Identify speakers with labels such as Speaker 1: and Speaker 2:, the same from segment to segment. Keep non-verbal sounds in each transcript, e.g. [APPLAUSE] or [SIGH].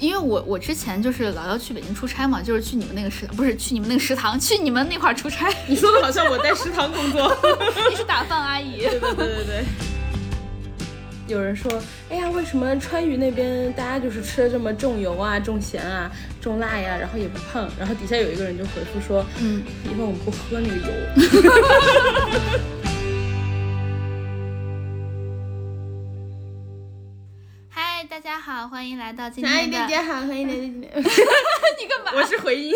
Speaker 1: 因为我我之前就是老要去北京出差嘛，就是去你们那个食不是去你们那个食堂，去你们那块儿出 [LAUGHS] 差，
Speaker 2: 你说的好像我在食堂工作。
Speaker 1: 你是打饭阿姨。
Speaker 2: [LAUGHS] 对对对对对。有人说，哎呀，为什么川渝那边大家就是吃的这么重油啊、重咸啊、重辣呀、然后也不胖？然后底下有一个人就回复说，
Speaker 1: 嗯，
Speaker 2: 因为我们不喝那个油。
Speaker 1: 嗨，大家好，欢迎来到今
Speaker 3: 嗨，
Speaker 1: 天的
Speaker 3: 大，家好，欢迎
Speaker 2: [LAUGHS]
Speaker 3: 来到
Speaker 1: 你干嘛？
Speaker 2: 我是回音，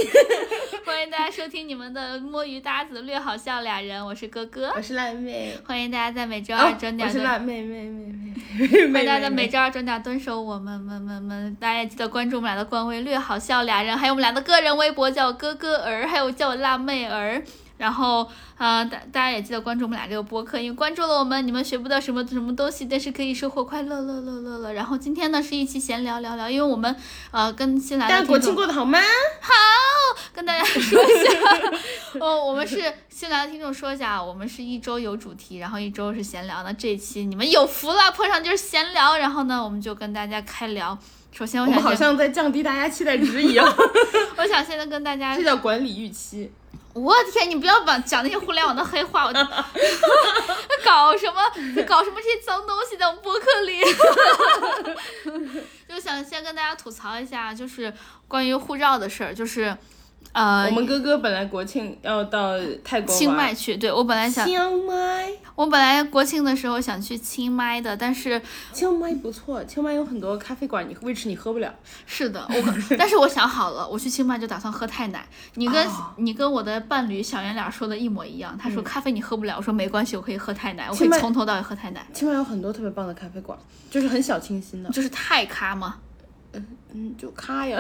Speaker 1: 欢迎大家收听你们的摸鱼搭子略好笑俩人，我是哥哥
Speaker 3: 我。是辣妹。
Speaker 1: 哎欢迎大家在每周二
Speaker 3: 哦，
Speaker 1: 准
Speaker 3: 我
Speaker 1: 点
Speaker 3: 是
Speaker 1: 蹲，
Speaker 3: 辣妹妹妹妹
Speaker 1: 欢
Speaker 3: 妹
Speaker 1: 迎大家在每
Speaker 3: 妹。
Speaker 1: 周二准点蹲守我们们们们，大家也记得关注我们俩的官微“略好笑俩人”，还有我们俩的个人微博叫哥哥儿，还有叫我辣妹儿。然后，呃，大大家也记得关注我们俩这个播客，因为关注了我们，你们学不到什么什么东西，但是可以收获快乐，乐乐乐乐。然后今天呢是一期闲聊聊聊，因为我们呃跟新来的
Speaker 3: 大家国
Speaker 1: 听众
Speaker 3: 庆过得好吗？
Speaker 1: 跟大家说一下， [LAUGHS] 哦，我们是新来的听众说一下，我们是一周有主题，然后一周是闲聊。那这一期你们有福了，碰上就是闲聊，然后呢，我们就跟大家开聊。首先，
Speaker 3: 我
Speaker 1: 我
Speaker 3: 们好
Speaker 1: 想先，
Speaker 3: 像在降低大家期待
Speaker 1: [LAUGHS]
Speaker 3: 值一样，
Speaker 1: 我想现在跟大家
Speaker 3: 这，叫管理预期。
Speaker 1: 我天，你不要把讲那些互联网的黑话，我
Speaker 3: [LAUGHS]
Speaker 1: 搞什么搞什么这些脏东西在我们播客里， [LAUGHS] 就想先跟大家吐槽一下，就是关于护照的事儿，就是呃
Speaker 3: 我，们哥哥本来国庆要到泰国玩
Speaker 1: 清迈，去，对我本来想。
Speaker 3: 清迈，
Speaker 1: 我本来国庆的时候想去清迈的，但是
Speaker 3: 清迈不错，清迈有很多咖啡馆，你 which 你喝不了。
Speaker 1: 是的，我 [LAUGHS] 但是我想好了，我去清迈就打算喝泰奶。你跟、
Speaker 3: 哦
Speaker 1: 你跟我的伴侣小圆脸说的一模一样，他说咖啡你喝不了，我说没关系，我可以喝泰奶，我可以
Speaker 3: 嗯清迈
Speaker 1: 从头到尾喝泰奶，
Speaker 3: 清迈有很多特别棒的咖啡馆，就是很小清新的，
Speaker 1: 就是泰咖嘛，
Speaker 3: 嗯，就咖呀，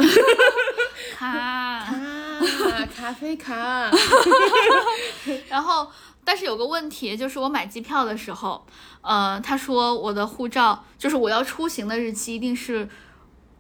Speaker 3: [LAUGHS]
Speaker 1: 咖。
Speaker 3: 咖咖啡咖。
Speaker 1: 然后，但是有个问题，就是我买机票的时候，呃，他说我的护照，就是我要出行的日期一定是，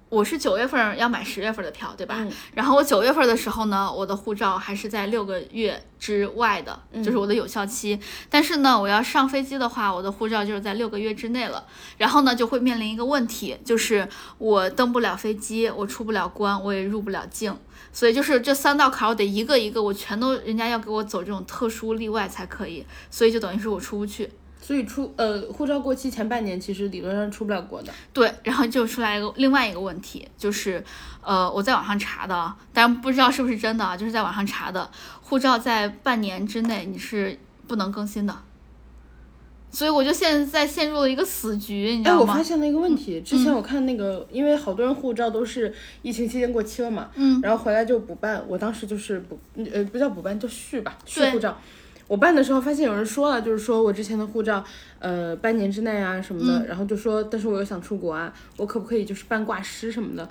Speaker 1: 我是九月份要买十月份的票，对吧？
Speaker 3: 嗯
Speaker 1: 然后我九月份的时候呢，我的护照还是在六个月之外的，就是我的有效期。但是呢，我要上飞机的话，我的护照就是在六个月之内了。然后呢，就会面临一个问题，就是我登不了飞机，我出不了关，我也入不了境。所以就是这三道坎儿，我得一个一个，我全都人家要给我走这种特殊例外才可以，所以就等于是我出不去。
Speaker 3: 所以出呃护照过期前半年，其实理论上出不了国的。
Speaker 1: 对，然后就出来一个另外一个问题，就是，呃，我在网上查的啊，但不知道是不是真的啊，就是在网上查的，护照在半年之内你是不能更新的，所以我就现在陷入了一个死局，你知
Speaker 3: 哎，
Speaker 1: 道
Speaker 3: 我
Speaker 1: 吗？嗯
Speaker 3: 发现了一个问题，之前我看那个，因为好多人护照都是疫情期间过期了嘛，
Speaker 1: 嗯，
Speaker 3: 然后回来就补办，我当时就是补，呃，不叫补办，叫续吧，续
Speaker 1: 对
Speaker 3: 护照。我办的时候发现有人说了，就是说我之前的护照，呃，半年之内啊什么
Speaker 1: 嗯
Speaker 3: 的，然后就说，但是我又想出国啊，我可不可以就是办挂失什么的？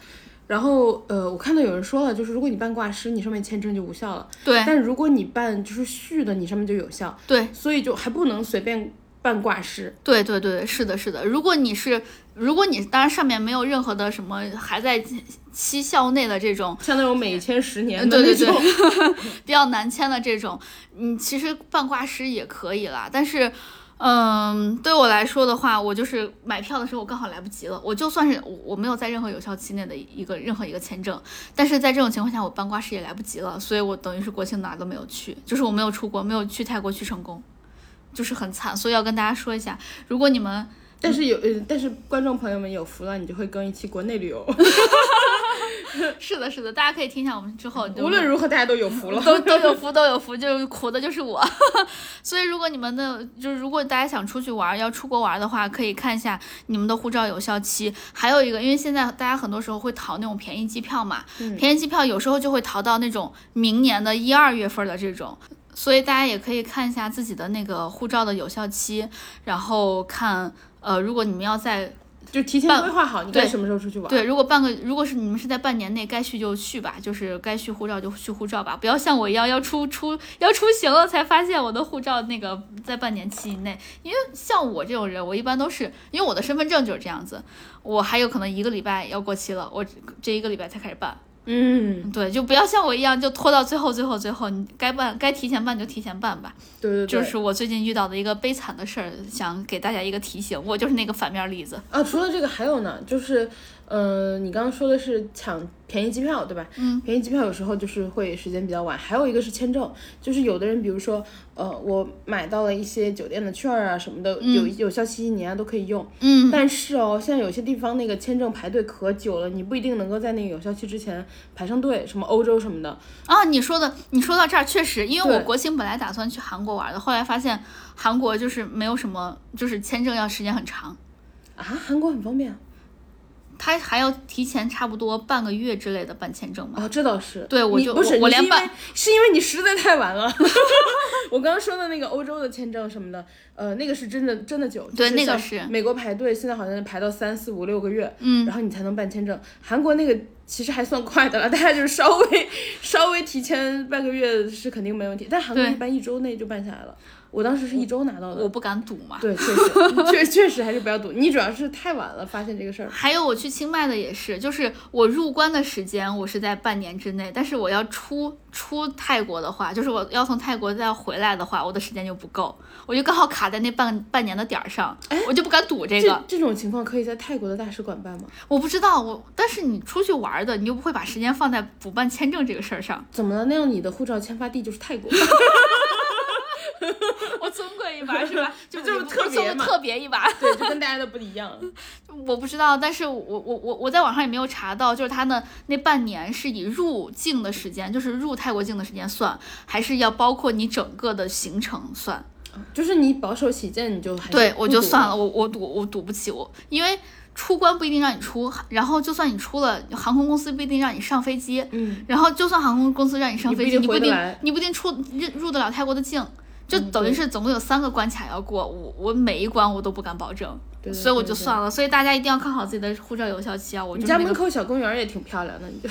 Speaker 3: 然后呃，我看到有人说了，就是如果你办挂失，你上面签证就无效了，
Speaker 1: 对
Speaker 3: 但如果你办就是续的，你上面就有效，
Speaker 1: 对，
Speaker 3: 所以就还不能随便办挂失。
Speaker 1: 对对对，是的，是的。如果你是，如果你当然上面没有任何的什么还在期效内的这种
Speaker 3: 像那种每签十年
Speaker 1: 嗯
Speaker 3: 的
Speaker 1: 对
Speaker 3: 那
Speaker 1: 对
Speaker 3: 种，
Speaker 1: 对 [LAUGHS] 比较难签的这种，嗯，其实办挂失也可以啦。但是，嗯，对我来说的话，我就是买票的时候我刚好来不及了，我就算是我我没有在任何有效期内的一个任何一个签证，但是在这种情况下我办挂失也来不及了，所以我等于是国庆哪儿都没有去，就是我没有出国，没有去泰国去成功，就是很惨。所以要跟大家说一下，如果你们。 [LAUGHS]
Speaker 3: 但是有，呃但是观众朋友们有福了，你就会更一期国内旅游。
Speaker 1: 是的，是的，大家可以听一下我们之后，就
Speaker 3: 无论如何，大家都 [LAUGHS] 有福了。
Speaker 1: 都都有福，都有福，就是苦的就是我。 [LAUGHS] 所以如果你们的，就是如果大家想出去玩，要出国玩的话，可以看一下你们的护照有效期。还有一个，因为现在大家很多时候会淘那种便宜机票嘛，便宜机票有时候就会淘到那种明年的一二月份的这种。所以大家也可以看一下自己的那个护照的有效期，然后看，呃，如果你们要在
Speaker 3: 就提前规划好，你该什么时候出去玩。
Speaker 1: 对，如果半个，如果是你们是在半年内该续就续吧，就是该续护照就续护照吧，不要像我一样要出出要出行了才发现我的护照那个在半年期以内。因为像我这种人，我一般都是因为我的身份证就是这样子，我还有可能一个礼拜要过期了，我这一个礼拜才开始办。
Speaker 3: 嗯，
Speaker 1: 对，就不要像我一样就拖到最后最后最后，你该办该提前办就提前办吧。
Speaker 3: 对对对。
Speaker 1: 就是我最近遇到的一个悲惨的事儿，想给大家一个提醒，我就是那个反面例子。
Speaker 3: 啊，除了这个还有呢，就是呃，你刚刚说的是抢便宜机票，对吧？嗯，便宜机票有时候就是会时间比较晚，还有一个是签证，就是有的人，比如说，呃，我买到了一些酒店的券儿啊什么的，有有效期一年啊都可以用。
Speaker 1: 嗯，
Speaker 3: 但是哦，现在有些地方那个签证排队可久了，你不一定能够在那个有效期之前排上队，什么欧洲什么的。
Speaker 1: 啊，你说的，你说到这儿确实，因为我
Speaker 3: 对
Speaker 1: 国庆本来打算去韩国玩的，后来发现韩国就是没有什么，就是签证要时间很长，
Speaker 3: 啊，韩国很方便啊，
Speaker 1: 他还要提前差不多半个月之类的办签证嘛。
Speaker 3: 哦这倒是。
Speaker 1: 对我
Speaker 3: 你
Speaker 1: 就
Speaker 3: 不是
Speaker 1: 我我
Speaker 3: 你是
Speaker 1: 连
Speaker 3: 因为
Speaker 1: 办
Speaker 3: 是因为你实在太
Speaker 1: [LAUGHS]
Speaker 3: 晚了。我刚刚说的那个欧洲的签证什么的，呃，那个是真的真的久，就
Speaker 1: 对那个
Speaker 3: 像
Speaker 1: 是
Speaker 3: 美国排队，现在好像排到三四五六个月，
Speaker 1: 嗯
Speaker 3: 然后你才能办签证。韩国那个其实还算快的了，大家就是稍微稍微提前半个月是肯定没问题，但韩国
Speaker 1: 对
Speaker 3: 一般一周内就办下来了。我当时是一周拿到
Speaker 1: 我
Speaker 3: 的，
Speaker 1: 不敢赌嘛。
Speaker 3: 哦对，确实
Speaker 1: [LAUGHS]
Speaker 3: 确确实还是不要赌，你主要是太晚了发现这个事儿。
Speaker 1: 还有我去清迈的也是，就是我入关的时间我是在半年之内，但是我要出出泰国的话，就是我要从泰国再回来的话，我的时间就不够，我就刚好卡在那半半年的点儿上，我就不敢赌这个。
Speaker 3: 哎这这种情况可以在泰国的大使馆办吗？
Speaker 1: 我不知道，我但是你出去玩儿的，你又不会把时间放在补办签证这个事儿上。
Speaker 3: 怎么了？那样你的护照签发地就是泰国。
Speaker 1: [LAUGHS] 我尊贵一把是 [LAUGHS] 吧？就
Speaker 3: 就是
Speaker 1: 我
Speaker 3: 特
Speaker 1: 我
Speaker 3: 别
Speaker 1: 尊
Speaker 3: 嘛
Speaker 1: 特别一把。
Speaker 3: 对，就跟大家的不一
Speaker 1: [LAUGHS]
Speaker 3: 样。
Speaker 1: 我不知道，但是我我我我在网上也没有查到，就是他的那半年是以入境的时间，就是入泰国境的时间算，还是要包括你整个的行程算？
Speaker 3: 就是你保守起见，你就还
Speaker 1: 对
Speaker 3: 不，
Speaker 1: 我就
Speaker 3: 赌
Speaker 1: 算了，。我我赌我赌不起我，因为出关不一定让你出，然后就算你出了，航空公司不一定让你上飞机，
Speaker 3: 嗯，
Speaker 1: 然后就算航空公司让你上
Speaker 3: 你不
Speaker 1: 飞机，
Speaker 3: 一定
Speaker 1: 你不一
Speaker 3: 回得
Speaker 1: 定
Speaker 3: 来
Speaker 1: 你不一定出入入得了泰国的境，就
Speaker 3: 嗯
Speaker 1: 等于
Speaker 3: 对
Speaker 1: 是总共有三个关卡要过，我我每一关我都不敢保证，
Speaker 3: 对对
Speaker 1: 所以我
Speaker 3: 对
Speaker 1: 就
Speaker 3: 对
Speaker 1: 算了。所以大家一定要看好自己的护照有效期啊！我
Speaker 3: 你
Speaker 1: 就是
Speaker 3: 家
Speaker 1: 那
Speaker 3: 门
Speaker 1: 个
Speaker 3: 口小公园也挺漂亮
Speaker 1: [LAUGHS]
Speaker 3: 的，你就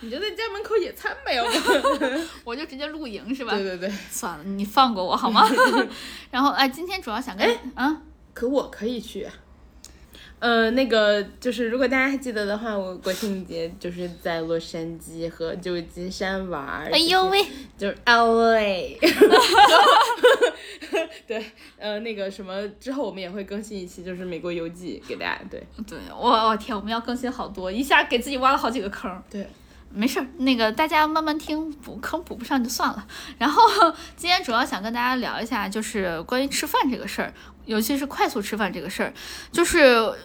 Speaker 3: 你就在家门口野餐呗，要不？
Speaker 1: [LAUGHS] 我就直接露营是吧？
Speaker 3: 对对对。
Speaker 1: 算了，你放过我好
Speaker 3: [LAUGHS]
Speaker 1: 吗？然后哎，今天主要想跟啊，
Speaker 3: 可我可以去。啊呃，那个就是，如果大家还记得的话，我国庆节就是在洛杉矶和旧金山玩儿。
Speaker 1: 哎呦喂，
Speaker 3: 就是 LA，对，呃，那个什么之后我们也会更新一期，就是美国游记给大家。对
Speaker 1: 对我我天，我们要更新好多，一下给自己挖了好几个坑儿。
Speaker 3: 对，
Speaker 1: 没事儿，那个大家慢慢听，补坑补不上就算了。然后今天主要想跟大家聊一下，就是关于吃饭这个事儿，尤其是快速吃饭这个事儿。就是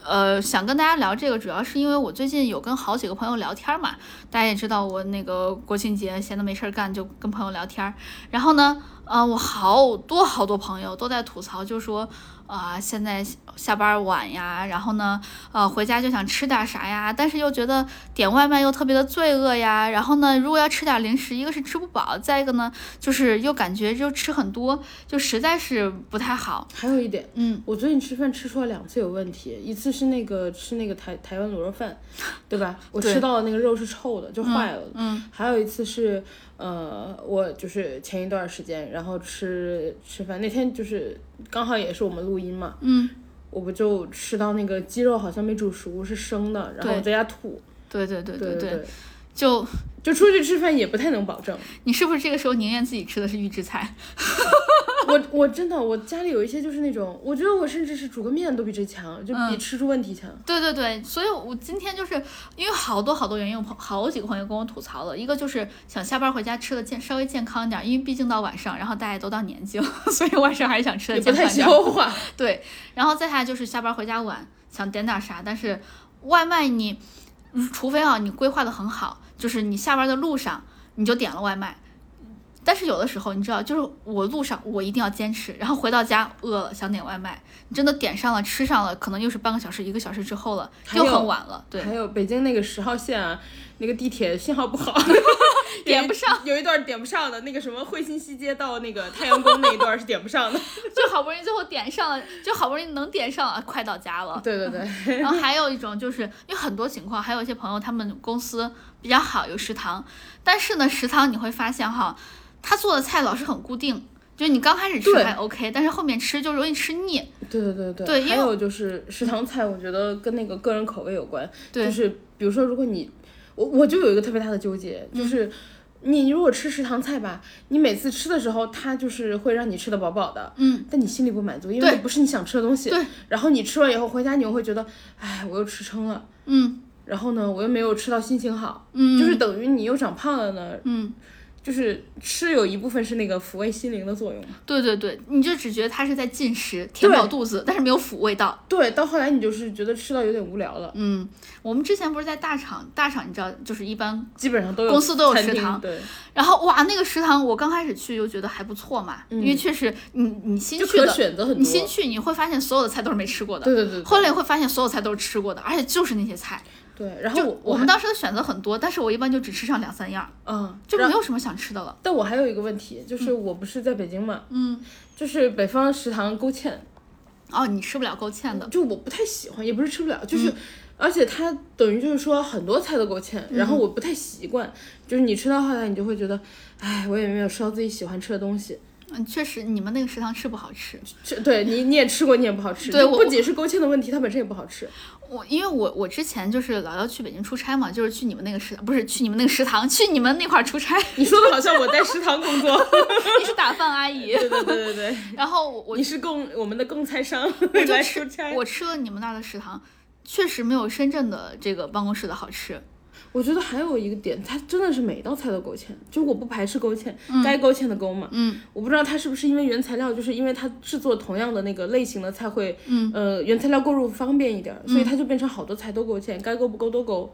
Speaker 1: 呃，想跟大家聊这个，主要是因为我最近有跟好几个朋友聊天嘛，大家也知道我那个国庆节闲的没事儿干，就跟朋友聊天儿。然后呢，呃，我好多好多朋友都在吐槽，就说啊、现在下班晚呀，然后呢，呃，回家就想吃点啥呀，但是又觉得点外卖又特别的罪恶呀。然后呢，如果要吃点零食，一个是吃不饱，再一个呢，就是又感觉就吃很多，就实在是不太好。
Speaker 3: 还有一点，
Speaker 1: 嗯，
Speaker 3: 我最近吃饭吃出了两次有问题，一次是那个吃那个台台湾卤肉饭，对吧？我
Speaker 1: 对
Speaker 3: 吃到的那个肉是臭的，就坏了。
Speaker 1: 嗯
Speaker 3: 还有一次是，呃，我就是前一段时间，然后吃吃饭那天就是刚好也是我们录音嘛，
Speaker 1: 嗯，
Speaker 3: 我不就吃到那个鸡肉好像没煮熟，是生的，然后
Speaker 1: 对
Speaker 3: 我在家吐。
Speaker 1: 对对对
Speaker 3: 对
Speaker 1: 对，
Speaker 3: 对，
Speaker 1: 就
Speaker 3: 就出去吃饭也不太能保
Speaker 1: [LAUGHS]
Speaker 3: 证。
Speaker 1: 你是不是这个时候宁愿自己吃的是预制菜？ [LAUGHS]
Speaker 3: 我我真的我家里有一些就是那种，我觉得我甚至是煮个面都比这强，就比
Speaker 1: 嗯
Speaker 3: 吃出问题强。
Speaker 1: 对对对，所以我今天就是因为好多好多原因，我朋好几个朋友跟我吐槽了，一个就是想下班回家吃的健稍微健康一点，因为毕竟到晚上，然后大家都到年纪了， [LAUGHS] 所以晚上还是想吃的
Speaker 3: 也不
Speaker 1: 健康
Speaker 3: 太
Speaker 1: 一点。
Speaker 3: 消化，
Speaker 1: [LAUGHS] 对，然后再下来就是下班回家晚，想点点啥，但是外卖你，嗯除非啊你规划的很好，就是你下班的路上你就点了外卖。但是有的时候，你知道，就是我路上我一定要坚持，然后回到家饿了想点外卖，你真的点上了吃上了，可能又是半个小时一个小时之后了，
Speaker 3: 还
Speaker 1: 又
Speaker 3: 有
Speaker 1: 很晚了，对，
Speaker 3: [LAUGHS] 还有北京那个十号线啊，那个地铁信号
Speaker 1: [LAUGHS]
Speaker 3: 不好，
Speaker 1: 点不上，
Speaker 3: 有一段点不上的，那个什么惠新西街到那个太阳宫那一段是点
Speaker 1: [LAUGHS]
Speaker 3: 不上的。
Speaker 1: 就好不容易最后点上了，就好不容易能点上了，快到家了，
Speaker 3: 对对对，
Speaker 1: 然后还有一种就是有很多情况，还有一些朋友他们公司比较好有食堂，但是呢，食堂你会发现哈，他做的菜老是很固定，就是你刚开始吃
Speaker 3: 对
Speaker 1: 还 OK，但是后面吃就容易吃腻。
Speaker 3: 对对对对
Speaker 1: 对因为
Speaker 3: 还有就是食堂菜，我觉得跟那个个人口味有关，
Speaker 1: 对
Speaker 3: 嗯就是比如说如果你，我我就有一个特别大的纠结，就是。你如果吃食堂菜吧，你每次吃的时候，它就是会让你吃的饱饱的，
Speaker 1: 嗯，
Speaker 3: 但你心里不满足，因为那不是你想吃的东西。
Speaker 1: 对。
Speaker 3: 然后你吃完以后回家，你又会觉得，哎，我又吃撑了。
Speaker 1: 嗯
Speaker 3: 然后呢，我又没有吃到心情好，
Speaker 1: 嗯，
Speaker 3: 就是等于你又长胖了呢。
Speaker 1: 嗯，
Speaker 3: 就是吃有一部分是那个抚慰心灵的作用嘛。
Speaker 1: 对对对，你就只觉得他是在进食，填饱肚子，但是没有抚慰到。
Speaker 3: 对，到后来你就是觉得吃到有点无聊了，
Speaker 1: 嗯，我们之前不是在大厂，大厂你知道，就是一般，
Speaker 3: 基本上都有
Speaker 1: 公司都有
Speaker 3: 餐
Speaker 1: 食
Speaker 3: 厅
Speaker 1: 堂
Speaker 3: 对，
Speaker 1: 然后哇，那个食堂我刚开始去就觉得还不错嘛，因为确实你你新
Speaker 3: 嗯就
Speaker 1: 去
Speaker 3: 可
Speaker 1: 的，
Speaker 3: 选择很多。
Speaker 1: 你新去你会发现所有的菜都是没吃过的，
Speaker 3: 对对对对
Speaker 1: 后来会发现所有菜都是吃过的，而且就是那些菜。
Speaker 3: 对，然后
Speaker 1: 就
Speaker 3: 我
Speaker 1: 我
Speaker 3: 还
Speaker 1: 们当时的选择很多，但是我一般就只吃上两三样儿，
Speaker 3: 嗯，
Speaker 1: 就
Speaker 3: 然
Speaker 1: 没有什么想吃的了。
Speaker 3: 但我还有一个问题，就是我不是在北京嘛，
Speaker 1: 嗯，
Speaker 3: 就是北方食堂勾芡，
Speaker 1: 哦，你吃不了勾芡的。
Speaker 3: 就我不太喜欢，也不是吃不了，就是，
Speaker 1: 嗯
Speaker 3: 而且它等于就是说很多菜都勾芡，然后
Speaker 1: 嗯
Speaker 3: 我不太习惯，就是你吃到后来你就会觉得，哎，我也没有吃到自己喜欢吃的东西。
Speaker 1: 嗯，确实你们那个食堂是不好吃。
Speaker 3: 吃对你你也吃过，你也不好吃。
Speaker 1: 对
Speaker 3: 就
Speaker 1: 我
Speaker 3: 不仅是勾芡的问题，它本身也不
Speaker 1: [LAUGHS]
Speaker 3: 好吃。
Speaker 1: 我因为我我之前就是老要去北京出差嘛，就是去你们那个食堂，不是去你们那个食堂， [LAUGHS] 去你们那块儿出差，
Speaker 3: [LAUGHS] 你说的好像我在食堂工作。
Speaker 1: 你是打饭阿姨。
Speaker 3: 对对对对对，
Speaker 1: 然后我我
Speaker 3: [LAUGHS] 你是供我们的供菜商
Speaker 1: 我就
Speaker 3: 来出
Speaker 1: 吃
Speaker 3: 差。
Speaker 1: 我吃了你们那儿的食堂，确实没有深圳的这个办公室的好吃。
Speaker 3: 我觉得还有一个点，它真的是每道菜都勾芡，就我不排斥勾芡，该勾芡的勾嘛。
Speaker 1: 嗯，
Speaker 3: 我不知道它是不是因为原材料，就是因为它制作同样的那个类型的菜会，嗯，呃，原材料购入方便一点儿，
Speaker 1: 嗯
Speaker 3: 所以它就变成好多菜都勾芡，该勾不勾都勾。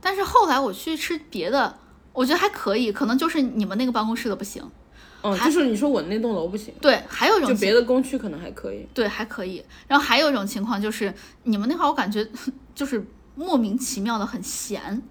Speaker 1: 但是后来我去吃别的，我觉得还可以，可能就是你们那个办公室的不行。
Speaker 3: 嗯，就是你说我那栋楼不行，
Speaker 1: 对，还有一
Speaker 3: 就
Speaker 1: 种情
Speaker 3: 别的工区可能还可以。
Speaker 1: 对还可以，然后还有一种情况就是你们那块儿我感觉 [LAUGHS] 就是莫名其妙的很咸，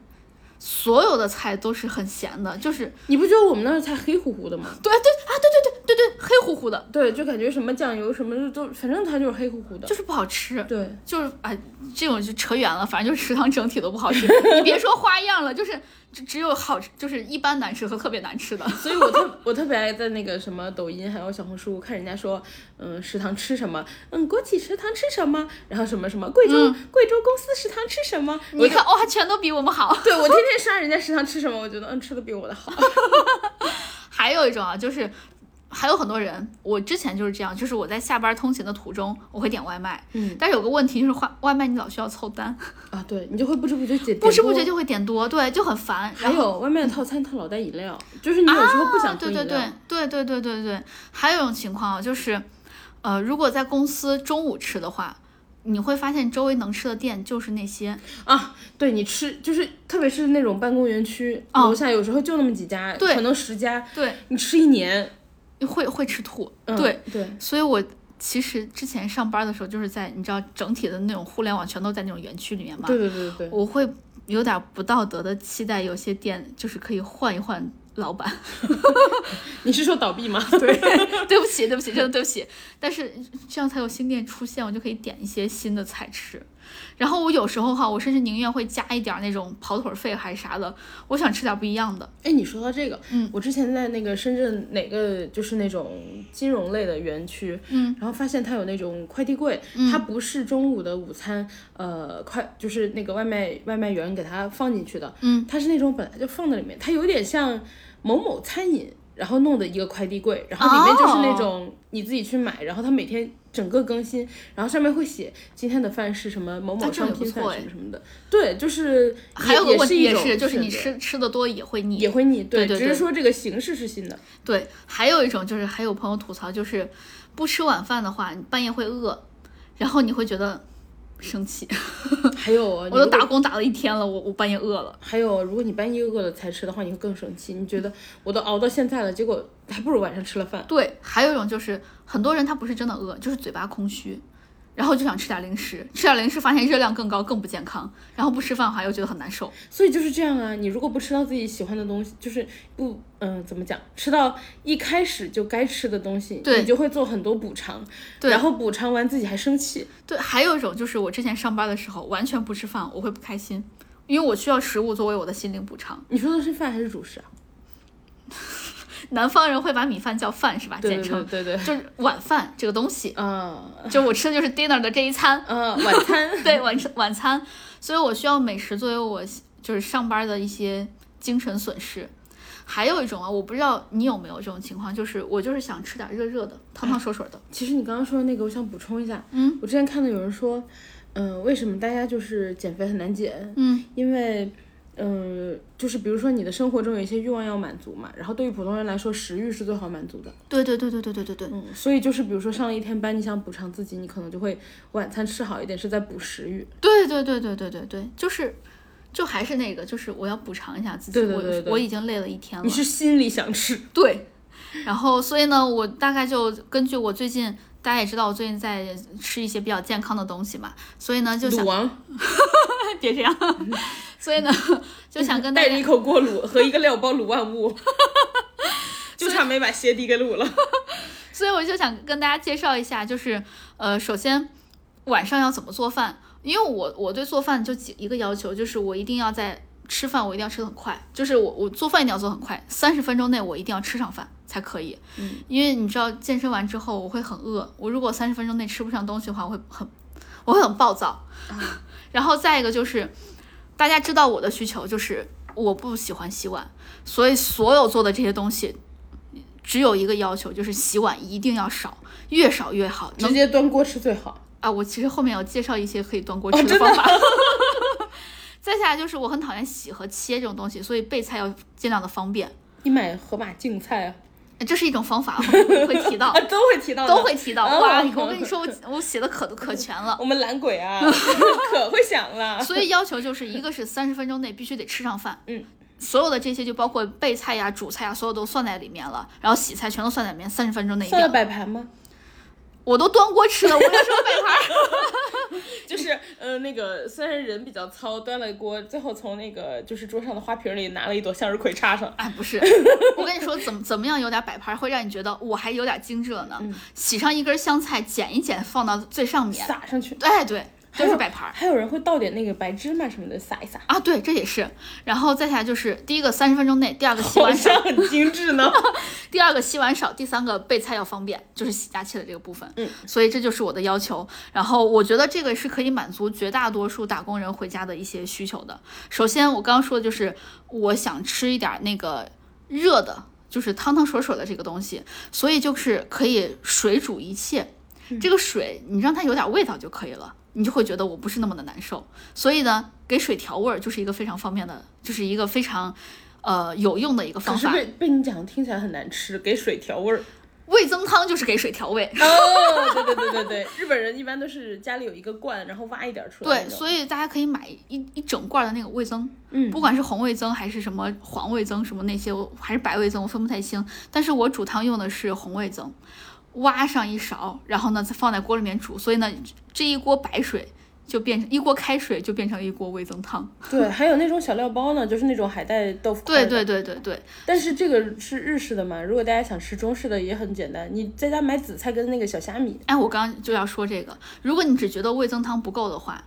Speaker 1: 所有的菜都是很咸的，就是
Speaker 3: 你不觉得我们那儿菜黑乎乎的吗？
Speaker 1: 对对啊对对对对对黑乎乎的，
Speaker 3: 对，就感觉什么酱油什么都，反正它就是黑乎乎的。
Speaker 1: 就是不好吃。
Speaker 3: 对，
Speaker 1: 就是哎，这种就扯远了，反正就是食堂整体都不好
Speaker 3: [LAUGHS]
Speaker 1: 吃。你别说花样了，就是只只有好吃，就是一般难吃和特别难吃的。
Speaker 3: 所以我特 [LAUGHS] 我特别爱在那个什么抖音还有小红书看人家说，嗯，食堂吃什么，嗯，国企食堂吃什么，然后什么什么贵州、贵州公司食堂吃什么，我
Speaker 1: 你
Speaker 3: 就
Speaker 1: 看哇，全都比我们好。
Speaker 3: 对我天天刷人家食堂吃什么，我觉得嗯吃的比我的好，
Speaker 1: 还有一种啊，就是还有很多人，我之前就是这样，就是我在下班通勤的途中，我会点外卖。
Speaker 3: 嗯
Speaker 1: 但是有个问题就是外外卖你老需要凑单，
Speaker 3: 啊，对你就会不知不觉解
Speaker 1: 不知不觉
Speaker 3: 就。
Speaker 1: 就会点多，对，就很烦。
Speaker 3: 还有外面的套餐，它老带饮料，就是你有时候不想
Speaker 1: 啊
Speaker 3: 喝
Speaker 1: 对
Speaker 3: 饮料，
Speaker 1: 对对对对对对对，还有一种情况啊，就是，呃，如果在公司中午吃的话，你会发现周围能吃的店就是那些，
Speaker 3: 啊，对你吃就是特别是那种办公园区、
Speaker 1: 哦
Speaker 3: 楼下有时候就那么几家，
Speaker 1: 对
Speaker 3: 可能十家，
Speaker 1: 对，
Speaker 3: 你吃一年，
Speaker 1: 会会吃吐。
Speaker 3: 嗯、
Speaker 1: 对，
Speaker 3: 对，
Speaker 1: 所以我其实之前上班的时候，就是在你知道整体的那种互联网全都在那种园区里面嘛，
Speaker 3: 对对对对。
Speaker 1: 我会有点不道德的期待，有些店就是可以换一换老板。 [LAUGHS]
Speaker 3: 你是说倒闭吗？对，
Speaker 1: 对不起，对不起，真的对不起。但是这样才有新店出现，我就可以点一些新的菜吃。然后我有时候哈，我甚至宁愿会加一点儿那种跑腿儿费还是啥的，我想吃点不一样的。
Speaker 3: 哎，你说到这个，
Speaker 1: 嗯，
Speaker 3: 我之前在那个深圳哪个就是那种金融类的园区，
Speaker 1: 嗯，
Speaker 3: 然后发现它有那种快递柜，它不是中午的午餐，呃，快就是那个外卖外卖员给它放进去的，
Speaker 1: 嗯，
Speaker 3: 它是那种本来就放在里面，它有点像某某餐饮。然后弄的一个快递柜，然后里面就是
Speaker 1: 哦
Speaker 3: 那种你自己去买，然后它每天整个更新，然后上面会写今天的饭是什么某
Speaker 1: 那
Speaker 3: 某
Speaker 1: 这样
Speaker 3: 商
Speaker 1: 也
Speaker 3: 品
Speaker 1: 不
Speaker 3: 饭
Speaker 1: 错
Speaker 3: 什
Speaker 1: 哎
Speaker 3: 么什么的，对，就是
Speaker 1: 还有
Speaker 3: 也
Speaker 1: 个问题
Speaker 3: 也
Speaker 1: 也
Speaker 3: 是一
Speaker 1: 是，
Speaker 3: 种
Speaker 1: 就是你
Speaker 3: 选
Speaker 1: 吃
Speaker 3: 择
Speaker 1: 吃的多也会腻。
Speaker 3: 也会腻，
Speaker 1: 对对
Speaker 3: 只是
Speaker 1: 对
Speaker 3: 说这个形式
Speaker 1: [LAUGHS]
Speaker 3: 是新的。
Speaker 1: 对，还有一种就是还有朋友吐槽，就是不吃晚饭的话，你半夜会饿，然后你会觉得生气。
Speaker 3: 还有啊，
Speaker 1: 我都
Speaker 3: 你如
Speaker 1: 打
Speaker 3: 果。
Speaker 1: 工打了一天了，我我半夜饿了。
Speaker 3: 还有，如果你半夜饿了才吃的话，你会更生气。你觉得我都熬到现在了，结果还不如晚上吃了饭。
Speaker 1: 对，还有一种就是很多人他不是真的饿，就是嘴巴空虚，然后就想吃点零食，吃点零食发现热量更高，更不健康，然后不吃饭的话又觉得很难受。
Speaker 3: 所以就是这样啊，你如果不吃到自己喜欢的东西，就是不嗯、怎么讲，吃到一开始就该吃的东西，
Speaker 1: 对
Speaker 3: 你就会做很多补偿，
Speaker 1: 对
Speaker 3: 然后补偿完自己还生气。
Speaker 1: 对，还有一种就是我之前上班的时候完全不吃饭，我会不开心，因为我需要食物作为我的心灵补偿。
Speaker 3: 你说的是饭还是主食啊？
Speaker 1: 南方人会把米饭叫饭是吧？
Speaker 3: 对
Speaker 1: 简
Speaker 3: 对
Speaker 1: 称
Speaker 3: 对对， [LAUGHS]
Speaker 1: 就是晚饭这个东西，
Speaker 3: 啊
Speaker 1: 就我吃的就是 dinner 的这一餐。
Speaker 3: 啊，晚餐
Speaker 1: [LAUGHS] 对晚餐晚餐，所以我需要美食作为我就是上班的一些精神损失。还有一种啊，我不知道你有没有这种情况，就是我就是想吃点热热的、汤汤水水的。
Speaker 3: 其实你刚刚说的那个，我想补充一下，
Speaker 1: 嗯，
Speaker 3: 我之前看到有人说，嗯、为什么大家就是减肥很难减？
Speaker 1: 嗯，
Speaker 3: 因为，嗯、就是比如说你的生活中有一些欲望要满足嘛，然后对于普通人来说，食欲是最好满足的。
Speaker 1: 对对对对对对对对。
Speaker 3: 嗯，所以就是比如说上了一天班，你想补偿自己，你可能就会晚餐吃好一点，是在补食欲。
Speaker 1: 对对对对对对对，就是，就还是那个，就是我要补偿一下自己，
Speaker 3: 对对对
Speaker 1: 我
Speaker 3: 对
Speaker 1: 我已经累了一天了
Speaker 3: 你。是心里想吃，
Speaker 1: 对，然后所以呢，我大概就根据我最近。大家也知道我最近在吃一些比较健康的东西嘛，所以呢就
Speaker 3: 卤
Speaker 1: 想
Speaker 3: 王
Speaker 1: 别这样， [LAUGHS] 所以呢就想跟大
Speaker 3: 带着
Speaker 1: 家
Speaker 3: 一口锅卤和一个料包卤万
Speaker 1: [LAUGHS]
Speaker 3: 物， [LAUGHS] 就差没把鞋底给卤了。
Speaker 1: 所以我就想跟大家介绍一下，就是呃，首先晚上要怎么做饭，因为我我对做饭就几一个要求，就是我一定要在吃饭，我一定要吃的很快，就是我我做饭一定要做得很快，三十分钟内我一定要吃上饭才可以。
Speaker 3: 嗯，
Speaker 1: 因为你知道健身完之后我会很饿，我如果三十分钟内吃不上东西的话，我会很我会很暴躁。然后再一个就是，大家知道我的需求就是我不喜欢洗碗，所以所有做的这些东西。只有一个要求，就是洗碗一定要少，越少越好。能
Speaker 3: 直接端锅吃最好。
Speaker 1: 啊，我其实后面要介绍一些可以端锅吃的
Speaker 3: 哦真的
Speaker 1: 方法。 [LAUGHS] 再下来就是我很讨厌洗和切这种东西，所以备菜要尽量的方便，
Speaker 3: 你买河马净菜啊？
Speaker 1: 呃这是一种方法，我们会提到
Speaker 3: [LAUGHS] 啊，，都会提到的，
Speaker 1: 都会提到。
Speaker 3: [LAUGHS]
Speaker 1: 哇，
Speaker 3: 哦
Speaker 1: 我跟你说，我我写的可可全了。
Speaker 3: [LAUGHS] 我们懒鬼啊，可会想了。
Speaker 1: 所以要求就是一个是三十分钟内必须得吃上饭，
Speaker 3: 嗯，
Speaker 1: 所有的这些就包括备菜呀、主菜呀，所有都算在里面了，然后洗菜全都 [LAUGHS] 算在里面，三十分钟内一定
Speaker 3: 算了
Speaker 1: 要。
Speaker 3: 摆盘吗？
Speaker 1: 我都端锅吃了，我有什么摆盘儿？
Speaker 3: 就是，呃，那个虽然人比较糙，端了锅，最后从那个就是桌上的花瓶里拿了一朵向日葵插上。
Speaker 1: 哎，不
Speaker 3: [LAUGHS]
Speaker 1: 是，我跟你说，怎么怎么样有点摆盘儿，会让你觉得我还有点精致了呢。洗上一根香菜，剪一剪，放到最上面。
Speaker 3: 嗯撒上去，
Speaker 1: 哎，对，就
Speaker 3: 还
Speaker 1: 是
Speaker 3: 有
Speaker 1: 摆盘儿
Speaker 3: 还有人会倒点那个白芝麻什么的撒一撒，
Speaker 1: 啊，对，这也是。然后再下来就是第一个三十分钟内，第二个洗
Speaker 3: 好
Speaker 1: 碗少，
Speaker 3: 像很精致
Speaker 1: [LAUGHS]
Speaker 3: 呢。
Speaker 1: 第二个洗碗少，第三个备菜要方便，就是洗加切的这个部分。
Speaker 3: 嗯，
Speaker 1: 所以这就是我的要求。然后我觉得这个是可以满足绝大多数打工人回家的一些需求的。首先，我刚刚说的就是我想吃一点儿那个热的，就是汤汤水水的这个东西，所以就是可以水煮一切。
Speaker 3: 嗯
Speaker 1: 这个水你让它有点味道就可以了，你就会觉得我不是那么的难受。所以呢，给水调味儿就是一个非常方便的，就是一个非常。呃，有用的一个方
Speaker 3: 可是
Speaker 1: 法，
Speaker 3: 被被你讲听起来很难吃，给水
Speaker 1: [LAUGHS]
Speaker 3: 调味儿。
Speaker 1: 味增汤就是给水调味。
Speaker 3: 哦，对对对对对，日本人一般都是家里有一个罐，然后挖一点儿出来那
Speaker 1: 对，
Speaker 3: 种。
Speaker 1: 所以大家可以买一一整罐的那个味增，
Speaker 3: 嗯
Speaker 1: 不管是红味增还是什么黄味增，什么那些我还是白味增，我分不太清。但是我煮汤用的是红味增，挖上一勺，然后呢再放在锅里面煮，所以呢这一锅白水就变成一锅开水就变成一锅味增汤。
Speaker 3: 对，还有那种小料包呢，就是那种海带豆腐块
Speaker 1: 对
Speaker 3: 的
Speaker 1: 对对对对，
Speaker 3: 但是这个是日式的嘛？如果大家想吃中式的也很简单，你在家买紫菜跟那个小虾米，
Speaker 1: 哎，我刚刚就要说这个，如果你只觉得味增汤不够的话，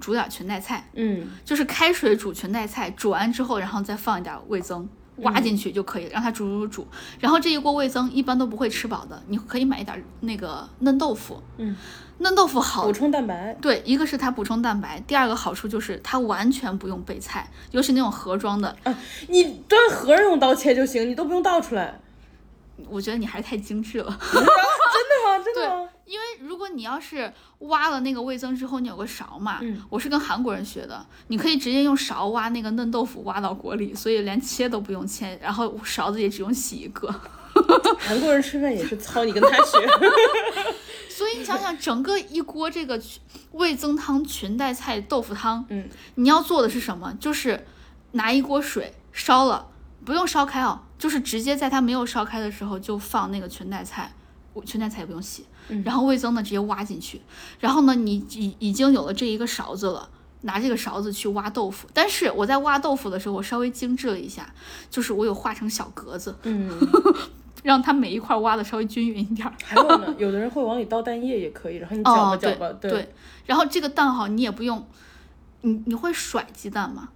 Speaker 1: 煮点裙带菜。
Speaker 3: 嗯，
Speaker 1: 就是开水煮裙带菜，煮完之后，然后再放一点味增，挖
Speaker 3: 嗯
Speaker 1: 进去就可以，让它煮煮煮。然后这一锅味增一般都不会吃饱的，你可以买一点那个嫩豆腐，
Speaker 3: 嗯，
Speaker 1: 嫩豆腐好
Speaker 3: 补。充蛋白。
Speaker 1: 对，一个是它补充蛋白，第二个好处就是它完全不用备菜，尤其那种盒装的，
Speaker 3: 嗯你端盒儿用刀切就行，你都不用倒出来。
Speaker 1: 我觉得你还是太精致了。
Speaker 3: 真的吗？真的吗？
Speaker 1: 因为如果你要是挖了那个味增之后，你有个勺嘛，
Speaker 3: 嗯
Speaker 1: 我是跟韩国人学的，你可以直接用勺挖那个嫩豆腐，挖到锅里，所以连切都不用切，然后勺子也只用洗一个。
Speaker 3: 韩国人吃饭也是糙，你跟他
Speaker 1: [LAUGHS]
Speaker 3: 学。
Speaker 1: 所以你想想，整个一锅这个裙味增汤、裙带菜、豆腐汤，
Speaker 3: 嗯，
Speaker 1: 你要做的是什么？就是拿一锅水烧了，不用烧开哦，就是直接在它没有烧开的时候就放那个裙带菜，我裙带菜也不用洗，
Speaker 3: 嗯
Speaker 1: 然后味增呢直接挖进去，然后呢你已已经有了这一个勺子了。拿这个勺子去挖豆腐，但是我在挖豆腐的时候，我稍微精致了一下，就是我有画成小格子，
Speaker 3: 嗯，
Speaker 1: 让它每一块挖的稍微均匀一点儿。
Speaker 3: 还有呢，有的人会往里倒蛋液也可以，然后你搅吧搅吧，
Speaker 1: 哦、对然后这个蛋哈，你也不用，你你会甩鸡蛋吗？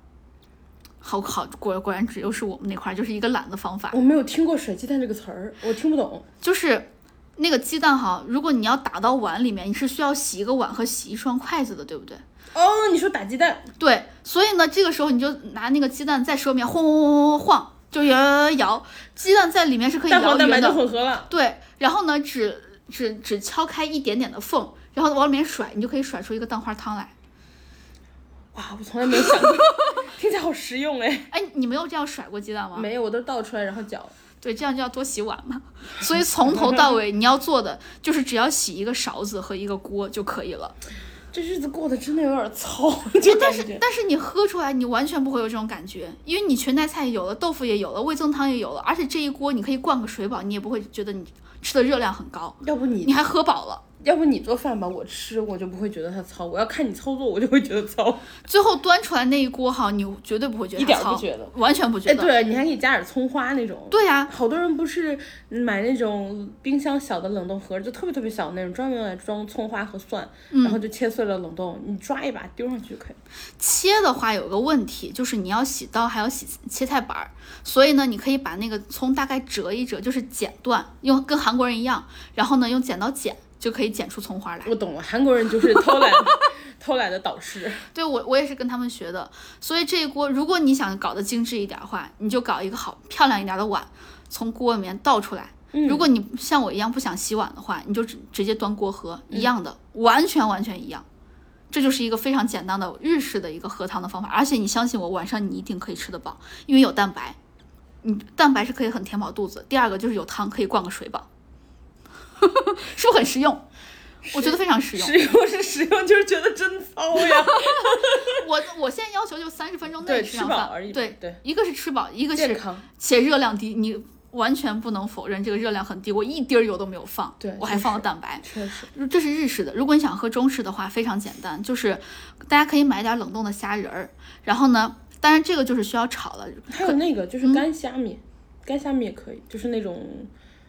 Speaker 1: 好好，果果然只又是我们那块儿，就是一个懒的方法，
Speaker 3: 我没有听过甩鸡蛋这个词儿，我听不懂。
Speaker 1: 就是那个鸡蛋哈，如果你要打到碗里面，你是需要洗一个碗和洗一双筷子的，对不对？
Speaker 3: 哦，你说打鸡蛋，
Speaker 1: 对，所以呢，这个时候你就拿那个鸡蛋在手里面晃晃晃晃晃晃，就摇摇摇摇，鸡蛋在里面是可以
Speaker 3: 蛋黄
Speaker 1: 摇
Speaker 3: 蛋白
Speaker 1: 匀
Speaker 3: 就
Speaker 1: 的，
Speaker 3: 混合了，
Speaker 1: 对，然后呢，只只只敲开一点点的缝，然后往里面甩，你就可以甩出一个蛋花汤来。
Speaker 3: 哇，我从来没有想过， [LAUGHS] 听起来好实用
Speaker 1: [LAUGHS]
Speaker 3: 哎。
Speaker 1: 哎，你没有这样甩过鸡蛋吗？
Speaker 3: 没有，我都是倒出来然后搅。
Speaker 1: 对，这样就要多洗碗嘛。所以从头到尾你要做的就是只要洗一个勺子和一个锅就可以了。
Speaker 3: 这日子过得真的有点糙，就
Speaker 1: 哎但
Speaker 3: 感
Speaker 1: 是
Speaker 3: 觉
Speaker 1: 但是你喝出来，你完全不会有这种感觉，因为你全菜菜有了，豆腐也有了，味增汤也有了，而且这一锅你可以灌个水饱，你也不会觉得你吃的热量很高，
Speaker 3: 要不
Speaker 1: 你
Speaker 3: 你
Speaker 1: 还喝饱了。
Speaker 3: 要不你做饭吧，我吃我就不会觉得它糙，我要看你操作我就会觉得糙。
Speaker 1: 最后端出来那一锅哈，你绝对不会觉得
Speaker 3: 一点
Speaker 1: 它
Speaker 3: 儿不
Speaker 1: 糙
Speaker 3: 觉得，
Speaker 1: 完全不觉
Speaker 3: 哎，
Speaker 1: 得。
Speaker 3: 对了，你还可以加点葱花那种。
Speaker 1: 对呀、啊
Speaker 3: 好多人不是买那种冰箱小的冷冻盒，就特别特别小的那种，专门用来装葱花和蒜，
Speaker 1: 嗯
Speaker 3: 然后就切碎了冷冻，你抓一把丢上去就可以。
Speaker 1: 切的话有个问题，就是你要洗刀，还要洗切菜板儿，所以呢，你可以把那个葱大概折一折，就是剪断，用跟韩国人一样，然后呢用剪刀剪就可以剪出葱花来。
Speaker 3: 我懂了，韩国人就是
Speaker 1: [LAUGHS]
Speaker 3: 偷懒，偷懒的导师。
Speaker 1: 对我我也是跟他们学的，所以这一锅如果你想搞得精致一点儿的话，你就搞一个好漂亮一点儿的碗，从锅里面倒出来。如果你像我一样不想洗碗的话，你就直直接端锅喝，一样的，完全完全一样。这就是一个非常简单的日式的一个喝汤的方法，而且你相信我，晚上你一定可以吃得饱，因为有蛋白，你蛋白是可以很填饱肚子。第二个就是有汤可以灌个水饱， [LAUGHS] 是不是很实用？我觉得非常实用。
Speaker 3: 实用是实用，就是觉得真糙
Speaker 1: [LAUGHS]
Speaker 3: 呀。
Speaker 1: 我我现在要求就三十分钟内
Speaker 3: 对
Speaker 1: 吃
Speaker 3: 吃
Speaker 1: 上
Speaker 3: 饱
Speaker 1: 饭
Speaker 3: 而已
Speaker 1: 对
Speaker 3: 对
Speaker 1: 一个是吃饱，一个
Speaker 3: 健
Speaker 1: 是
Speaker 3: 康，
Speaker 1: 且热量低，你完全不能否认这个热量很低，我一滴儿油都没有放，
Speaker 3: 对
Speaker 1: 我还
Speaker 3: 确实
Speaker 1: 放了蛋白。
Speaker 3: 确实。
Speaker 1: 这是日式的，如果你想喝中式的话，非常简单，就是大家可以买点冷冻的虾仁儿，然后呢，当然这个就是需要炒了，
Speaker 3: 还有那个就是干虾米，干虾米也可以，就是那种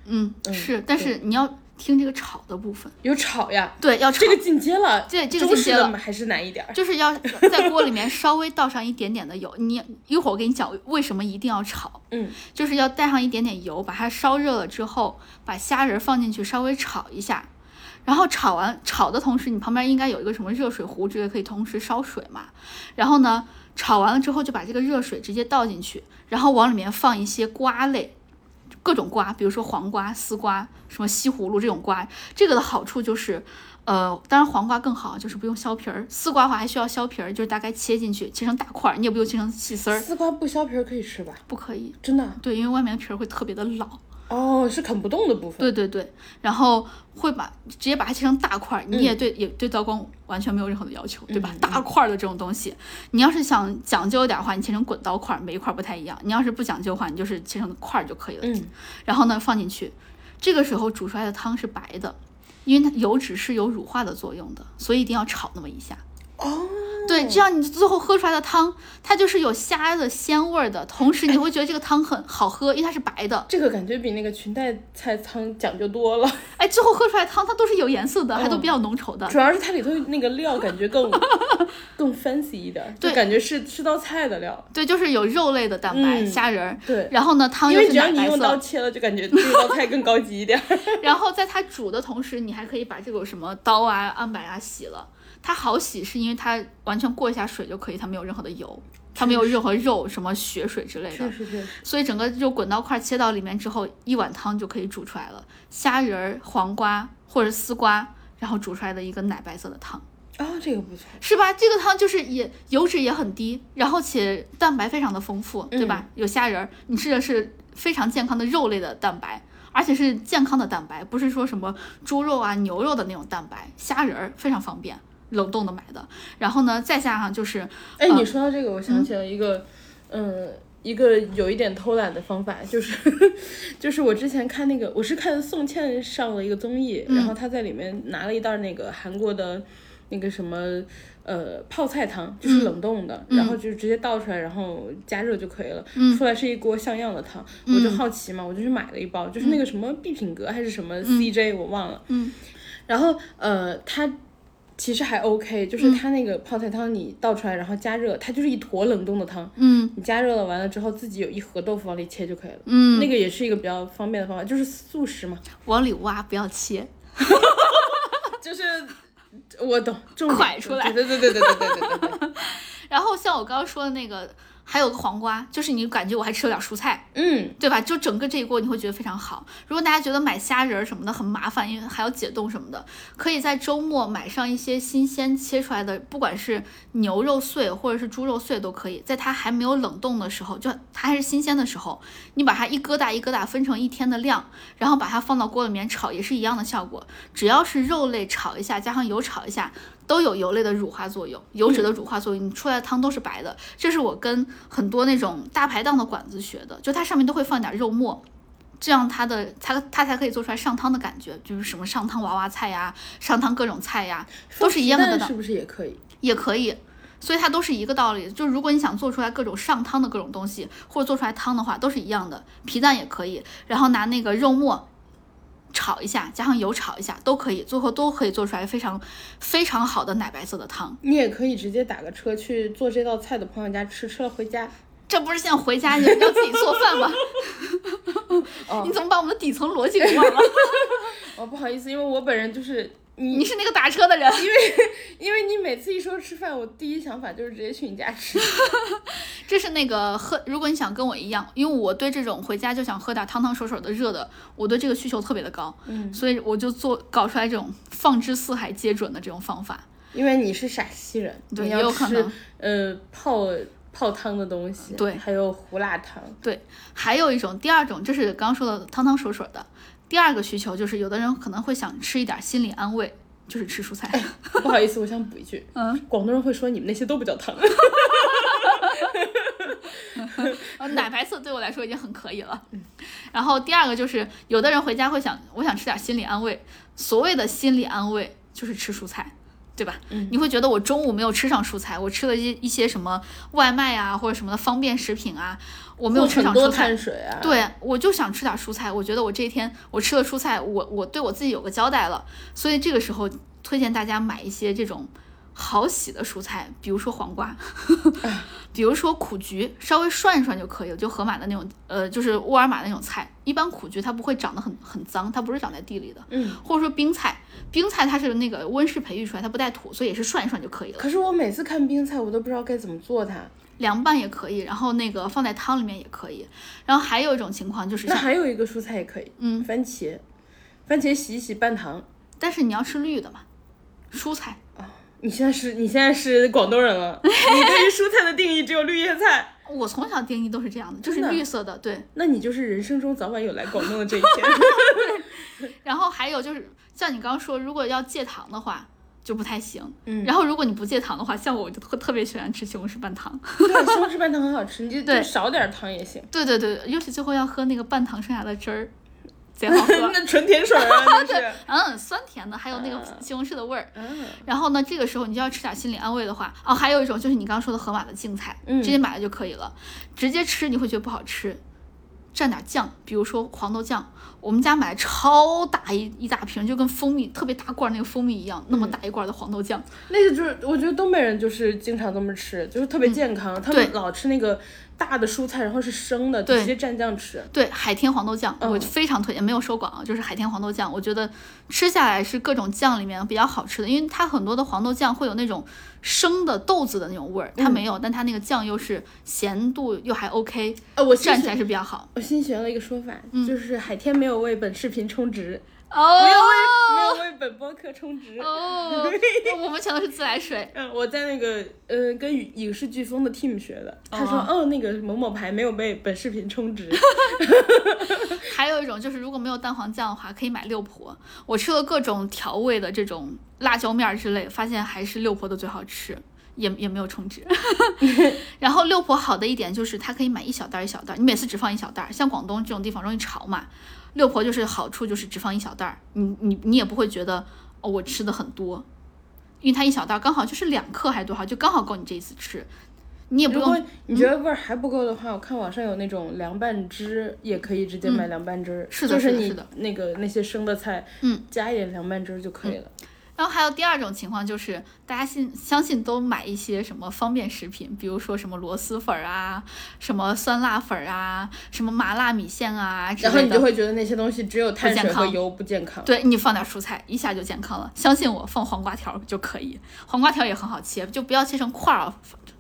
Speaker 1: 嗯，是，但是你要听这个炒的部分，
Speaker 3: 有炒呀，
Speaker 1: 对，要炒，
Speaker 3: [LAUGHS] 这个进阶了，
Speaker 1: 这这个
Speaker 3: 中
Speaker 1: 进阶
Speaker 3: 式的
Speaker 1: 了
Speaker 3: 嘛还是难一点儿。
Speaker 1: 就是要在锅里面稍微倒上一点点的油，你一会儿我给你讲为什么一定要炒，
Speaker 3: 嗯，
Speaker 1: 就是要带上一点点油，把它烧热了之后，把虾仁儿放进去稍微炒一下，然后炒完炒的同时，你旁边应该有一个什么热水壶之类，可以同时烧水嘛。然后呢，炒完了之后就把这个热水直接倒进去，然后往里面放一些瓜类。各种瓜，比如说黄瓜、丝瓜、什么西葫芦这种瓜，这个的好处就是，呃，当然黄瓜更好，就是不用削皮儿。丝瓜的话还需要削皮儿，就是大概切进去，切成大块儿，你也不用切成细丝儿，
Speaker 3: 丝瓜不削皮儿可以吃吧？
Speaker 1: 不可以。
Speaker 3: 真的？
Speaker 1: 对，因为外面的皮儿会特别的老。
Speaker 3: 哦，是啃不动的部分。
Speaker 1: 对对对，然后会把直接把它切成大块儿，你
Speaker 3: 嗯
Speaker 1: 也对、也对刀工完全没有任何的要求，对吧？大块儿的这种东西，你要是想讲究一点的话，你切成滚刀块儿，每一块儿不太一样；你要是不讲究的话，你就是切成块儿就可以了。
Speaker 3: 嗯，
Speaker 1: 然后呢放进去，这个时候煮出来的汤是白的，因为它油脂是有乳化的作用的，所以一定要炒那么一下。
Speaker 3: 哦，
Speaker 1: 对，这样你最后喝出来的汤，它就是有虾的鲜味儿的，同时
Speaker 3: 哎
Speaker 1: 你会觉得这个汤很好喝，因为它是白的。
Speaker 3: 这个感觉比那个裙带菜汤讲究多
Speaker 1: [LAUGHS]
Speaker 3: 了，
Speaker 1: 哎，最后喝出来的汤它都是有颜色的，还
Speaker 3: 嗯
Speaker 1: 都比较浓稠的。
Speaker 3: 主要是它里头那个料感觉
Speaker 1: [LAUGHS]
Speaker 3: 更更 fancy 一点儿，就
Speaker 1: 对
Speaker 3: 感觉是吃道菜的料。
Speaker 1: 对，就是有肉类的蛋白、
Speaker 3: 嗯
Speaker 1: 虾仁儿，
Speaker 3: 对，
Speaker 1: 然后呢汤
Speaker 3: 因
Speaker 1: 又
Speaker 3: 为
Speaker 1: 是
Speaker 3: 只要
Speaker 1: 奶
Speaker 3: 你
Speaker 1: 白
Speaker 3: 用刀
Speaker 1: 色，
Speaker 3: 切了，就感觉这道菜更高级一
Speaker 1: [LAUGHS]
Speaker 3: 点儿。
Speaker 1: 然后在它煮的同时，你还可以把这个什么刀啊、案板啊洗了。它好洗是因为它完全过一下水就可以，它没有任何的油，它没有任何肉、什么血水之类的。
Speaker 3: 是确实，
Speaker 1: 所以整个就滚刀块切到里面之后，一碗汤就可以煮出来了。虾仁儿、黄瓜或者丝瓜，然后煮出来的一个奶白色的汤，
Speaker 3: 哦，这个不错。
Speaker 1: 是吧？这个汤就是也油脂也很低，然后且蛋白非常的丰富，对吧？有虾仁儿，你吃的是非常健康的肉类的蛋白。而且是健康的蛋白，不是说什么猪肉啊、牛肉的那种蛋白，虾仁儿非常方便，冷冻的买的。然后呢，再加上就是
Speaker 3: 哎，
Speaker 1: 嗯
Speaker 3: 你说到这个，我想起了一个，嗯。一个有一点偷懒的方法，就是 [LAUGHS] 就是我之前看那个，我是看宋茜上了一个综艺，然
Speaker 1: 嗯
Speaker 3: 后她在里面拿了一袋那个韩国的那个什么呃泡菜汤，
Speaker 1: 嗯
Speaker 3: 就是冷冻的，然后就直接倒出来，然后加热就可以了，
Speaker 1: 嗯
Speaker 3: 出来是一锅像样的汤。我就好奇嘛，我就去买了一包，就是那个什么必品阁还是什么 CJ，、我忘了。
Speaker 1: 嗯，
Speaker 3: 然后呃，它其实还 OK，就是
Speaker 1: 嗯
Speaker 3: 它那个泡菜汤你倒出来，然后加热，它就是一坨冷冻的汤，
Speaker 1: 嗯
Speaker 3: 你加热了完了之后，自己有一盒豆腐往里切就可以了。
Speaker 1: 嗯，
Speaker 3: 那个也是一个比较方便的方法，就是速食嘛，
Speaker 1: 往里挖，不要切。
Speaker 3: 就是我懂，重点
Speaker 1: 快出来 [LAUGHS]
Speaker 3: 对对对对对对对对对，
Speaker 1: 然后像我刚刚说的那个，还有个黄瓜，就是你感觉我还吃了点蔬菜，
Speaker 3: 嗯，
Speaker 1: 对吧？就整个这一锅你会觉得非常好。如果大家觉得买虾仁儿什么的很麻烦，因为还要解冻什么的，可以在周末买上一些新鲜切出来的，不管是牛肉碎或者是猪肉碎都可以，在它还没有冷冻的时候，就它还是新鲜的时候，你把它一疙瘩一疙瘩分成一天的量，然后把它放到锅里面炒，也是一样的效果。只要是肉类炒一下，加上油炒一下，都有油类的乳化作用，油脂的乳化作用，你出来的汤都是白的。这是我跟很多那种大排档的馆子学的，就它上面都会放点肉末，这样它的它它才可以做出来上汤的感觉，就是什么上汤娃娃菜呀、上汤各种菜呀，都是一样的味道
Speaker 3: 鸡蛋是，不是也可以？
Speaker 1: 也可以。所以它都是一个道理，就如果你想做出来各种上汤的各种东西，或者做出来汤的话，都是一样的。皮蛋也可以，然后拿那个肉末炒一下，加上油炒一下都可以，最后都可以做出来非常非常好的奶白色的汤。
Speaker 3: 你也可以直接打个车去做这道菜的朋友家吃，吃了回家。
Speaker 1: 这不是现在回家你们要自己做饭吗？你怎么把我们的底层逻辑给忘了？ [LAUGHS]
Speaker 3: 哦，不好意思，因为我本人就是你，
Speaker 1: 你是那个打车的人，
Speaker 3: 因为你每次一说吃饭，我第一想法就是直接去你家吃。
Speaker 1: 这是那个喝。如果你想跟我一样，因为我对这种回家就想喝点汤汤水水的热的，我对这个需求特别的高，嗯，所以我就做搞出来这种放之四海皆准的这种方法。
Speaker 3: 因为你是陕西人，
Speaker 1: 对
Speaker 3: 你
Speaker 1: 也
Speaker 3: 要
Speaker 1: 有可
Speaker 3: 吃
Speaker 1: 能
Speaker 3: 呃泡泡汤的东西，
Speaker 1: 对
Speaker 3: 还有胡辣汤， [LAUGHS]
Speaker 1: 对，还有一种，第二种，这是刚刚说的汤汤水水的。第二个需求就是，有的人可能会想吃一点心理安慰，就是吃蔬菜。
Speaker 3: 不好意思，我想补一句，
Speaker 1: 嗯，
Speaker 3: 广东人会说你们那些都不叫汤，
Speaker 1: 然后呃奶白色对我来说已经很可以了。
Speaker 3: 嗯
Speaker 1: 然后第二个就是，有的人回家会想，我想吃点心理安慰。所谓的心理安慰就是吃蔬菜，对吧？
Speaker 3: 嗯
Speaker 1: 你会觉得我中午没有吃上蔬菜，我吃了一一些什么外卖啊或者什么的方便食品啊，我
Speaker 3: [LAUGHS]
Speaker 1: 没有吃
Speaker 3: 很
Speaker 1: 上
Speaker 3: 多
Speaker 1: 蔬菜。
Speaker 3: 碳水啊，，
Speaker 1: 对，我就想吃点蔬菜。我觉得我这一天我吃了蔬菜，我我对我自己有个交代了。所以这个时候推荐大家买一些这种好洗的蔬菜，比如说黄瓜， [LAUGHS] 比如说苦菊，稍微涮一涮就可以了。就盒马的那种，呃，就是沃尔玛那种菜，一般苦菊它不会长得很很脏，它不是长在地里的。
Speaker 3: 嗯。
Speaker 1: 或者说冰菜，冰菜它是那个温室培育出来，它不带土，所以也是涮一涮就可以了。
Speaker 3: 可是我每次看冰菜，我都不知道该怎么做它。
Speaker 1: 凉拌也可以，然后那个放在汤里面也可以。然后还有一种情况就是
Speaker 3: 那
Speaker 1: 像，
Speaker 3: 还有一个蔬菜也可以，
Speaker 1: 嗯，
Speaker 3: 番茄，番茄洗一洗拌糖。
Speaker 1: 但是你要吃绿的嘛，蔬菜。
Speaker 3: 你现在是你现在是广东人了，你对于蔬菜的定义只有绿叶菜，
Speaker 1: 我从小定义都是这样的，就是
Speaker 3: 真的
Speaker 1: 绿色的，对。
Speaker 3: 那你就是人生中早晚有来广东的这一天。 [LAUGHS]
Speaker 1: 然后还有就是，像你刚刚说，如果要戒糖的话，就不太行。
Speaker 3: 嗯
Speaker 1: 然后如果你不戒糖的话，像我我就特特别喜欢吃西红柿拌糖。
Speaker 3: 对，西红柿拌糖很好吃，你就
Speaker 1: 对
Speaker 3: 就少点糖也行。
Speaker 1: 对对对，尤其最后要喝那个拌糖剩下的汁儿，贼好喝。
Speaker 3: [LAUGHS] 那纯甜水儿
Speaker 1: [LAUGHS]
Speaker 3: 啊，就是
Speaker 1: 嗯，酸甜的，还有那个西红柿的味儿。
Speaker 3: 嗯
Speaker 1: 然后呢，这个时候你就要吃点心理安慰的话哦。还有一种就是你刚刚说的盒马的净菜，
Speaker 3: 嗯
Speaker 1: 直接买了就可以了，直接吃你会觉得不好吃，蘸点酱，比如说黄豆酱，我们家买超大一一大瓶，就跟蜂蜜特别大罐儿那个蜂蜜一样，那么大一罐儿的黄豆酱，
Speaker 3: 那个就是，我觉得东北人就是经常这么吃，就是特别健康。他
Speaker 1: 嗯对
Speaker 3: 们老吃那个大的蔬菜，然后是生的，
Speaker 1: 对
Speaker 3: 直接蘸酱吃。
Speaker 1: 对，海天黄豆酱，我
Speaker 3: 嗯
Speaker 1: 非常推荐，没有收广啊，就是海天黄豆酱，我觉得吃下来是各种酱里面比较好吃的，因为它很多的黄豆酱会有那种生的豆子的那种味儿，
Speaker 3: 嗯
Speaker 1: 它没有，但它那个酱又是咸度又还 OK，
Speaker 3: 呃，我新
Speaker 1: 蘸嗯起
Speaker 3: 学
Speaker 1: 来是比较好。
Speaker 3: 我新学了一个说法，就是海天没有为本视频充值，
Speaker 1: 哦
Speaker 3: 没有为没有为本播客充值。
Speaker 1: 哦，我们全都是自来水。
Speaker 3: 嗯，我在那个呃跟影影视飓风的 team 学的，他说
Speaker 1: 哦
Speaker 3: 哦那个某某牌没有被本视频充值，
Speaker 1: 还有一种就是如果没有蛋黄酱的话，可以买六婆。我吃了各种调味的这种辣椒面儿之类，发现还是六婆的最好吃。也也没有充 [LAUGHS] 值，然后六婆好的一点就是它可以买一小袋儿一小袋儿，你每次只放一小袋儿，像广东这种地方容易潮嘛，六婆就是好处就是只放一小袋儿，你你你也不会觉得哦我吃的很多，因为它一小袋儿刚好就是两克还是多少，就刚好够你这一次吃，你也不
Speaker 3: 如
Speaker 1: 用嗯
Speaker 3: 果你觉得味儿还不够的话，我看网上有那种凉拌汁，也可以直接买凉拌汁，
Speaker 1: 嗯是的
Speaker 3: 就是是
Speaker 1: 的
Speaker 3: 你
Speaker 1: 是的
Speaker 3: 那个那些生的菜，
Speaker 1: 嗯，
Speaker 3: 加一点凉拌汁就可以了。
Speaker 1: 然后还有第二种情况就是，大家信相信都买一些什么方便食品，比如说什么螺蛳粉儿啊，什么酸辣粉儿啊，什么麻辣米线啊之
Speaker 3: 然后
Speaker 1: 类
Speaker 3: 你就
Speaker 1: 的。
Speaker 3: 会觉得那些东西只有碳
Speaker 1: 不健
Speaker 3: 水和
Speaker 1: 康
Speaker 3: 油不健康。
Speaker 1: 对你放点蔬菜，一下就健康了。相信我，放黄瓜条儿就可以。黄瓜条儿也很好切，就不要切成块儿啊，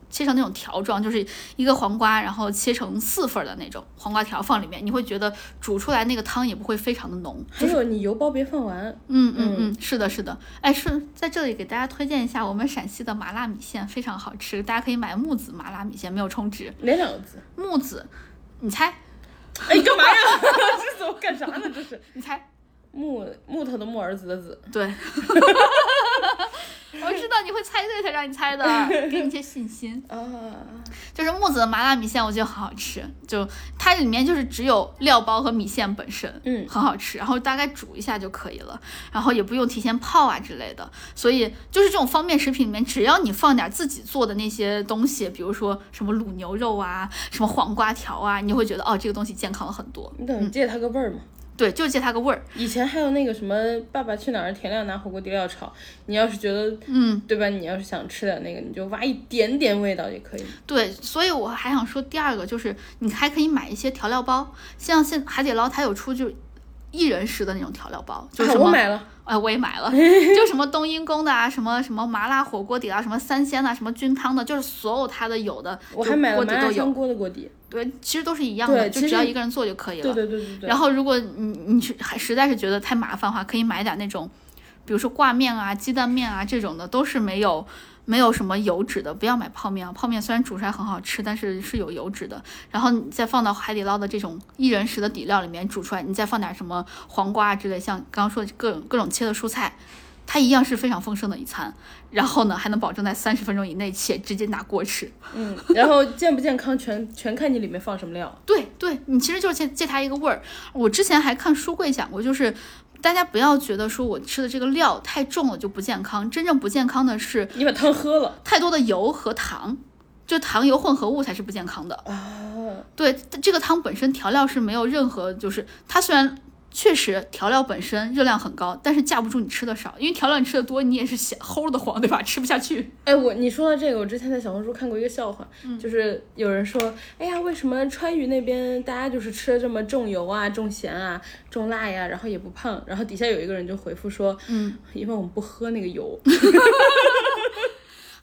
Speaker 1: 切成那种条状，就是一个黄瓜，然后切成四份儿的那种黄瓜条放里面，你会觉得煮出来那个汤也不会非常的浓。
Speaker 3: 还有你油包别放完，
Speaker 1: 嗯嗯嗯，是的，是的。哎，顺在这里给大家推荐一下我们陕西的麻辣米线，非常好吃，大家可以买木子麻辣米线，没有充值。
Speaker 3: 哪两
Speaker 1: [LAUGHS]
Speaker 3: 个字？
Speaker 1: 木子，你猜，
Speaker 3: 哎，干嘛呀？ [LAUGHS] 这怎么干啥呢？这是
Speaker 1: 你猜，
Speaker 3: 木木头的木儿子的子，
Speaker 1: 对。 [LAUGHS] 我知道你会猜对，才让你猜的，给你一些信心。
Speaker 3: 啊，
Speaker 1: 就是木子的麻辣米线，我觉得很好吃，就它里面就是只有料包和米线本身，
Speaker 3: 嗯
Speaker 1: 很好吃，然后大概煮一下就可以了，然后也不用提前泡啊之类的，所以就是这种方便食品里面，只要你放点自己做的那些东西，比如说什么卤牛肉啊，什么黄瓜条啊，你就会觉得哦，这个东西健康了很多，
Speaker 3: 你等于借它个味儿嘛。
Speaker 1: 对，就借它个味儿，
Speaker 3: 以前还有那个什么《爸爸去哪儿》，田亮拿火锅底料炒，你要是觉得，
Speaker 1: 嗯，
Speaker 3: 对吧？你要是想吃点那个，你就挖一点点味道也可以。
Speaker 1: 对，所以我还想说第二个就是，你还可以买一些调料包，像现海底捞它有出就一人食的那种调料包，就是
Speaker 3: 啊
Speaker 1: 什
Speaker 3: 我
Speaker 1: 么，
Speaker 3: 买了，
Speaker 1: 哎，我也买
Speaker 3: [LAUGHS]
Speaker 1: 了，就什么冬阴功的啊，什么什么麻辣火锅底啊，什么三鲜呐、什么菌汤的，就是所有它的有的，
Speaker 3: 我还买了
Speaker 1: 锅
Speaker 3: 麻
Speaker 1: 底
Speaker 3: 辣
Speaker 1: 都
Speaker 3: 香
Speaker 1: 有，
Speaker 3: 锅的锅底。
Speaker 1: 对，其实都是一样的，
Speaker 3: 对
Speaker 1: 就
Speaker 3: 其
Speaker 1: 只要
Speaker 3: 实
Speaker 1: 一个人做就可以
Speaker 3: 对
Speaker 1: 了。
Speaker 3: 对对对
Speaker 1: [LAUGHS]
Speaker 3: 对。
Speaker 1: 然后如果你你是还实在是觉得太麻烦的话，可以买点那种，比如说挂面啊、鸡蛋面啊这种的，都是没有没有什么油脂的，不要买泡面啊。泡面虽然煮出来很好吃，但是是有油脂的。然后你再放到海底捞的这种一人食的底料里面煮出来，你再放点什么黄瓜啊之类，像刚刚说的各种各种切的蔬菜。它一样是非常丰盛的一餐，然后呢还能保证在三十分钟以内，且直接拿锅吃。
Speaker 3: 嗯，然后健不健康全全看你里面放什么料。
Speaker 1: 对对，你其实就是借借它一个味儿。我之前还看书柜讲过，就是大家不要觉得说我吃的这个料太重了就不健康，真正不健康的是
Speaker 3: 你把汤喝了
Speaker 1: 太多的油和糖，就糖油混合物才是不健康的。
Speaker 3: 啊？
Speaker 1: 对，这个汤本身调料是没有任何，就是它虽然。确实，调料本身热量很高，但是架不住你吃的少，因为调料你吃的多，你也是咸齁的慌，对吧？吃不下去。
Speaker 3: 哎，我你说到这个，我之前在小红书看过一个笑话，
Speaker 1: 嗯
Speaker 3: 就是有人说，哎呀，为什么川渝那边大家就是吃的这么重油啊、重咸啊、重辣呀，然后也不胖？然后底下有一个人就回复说，嗯，因为我们不喝那个油。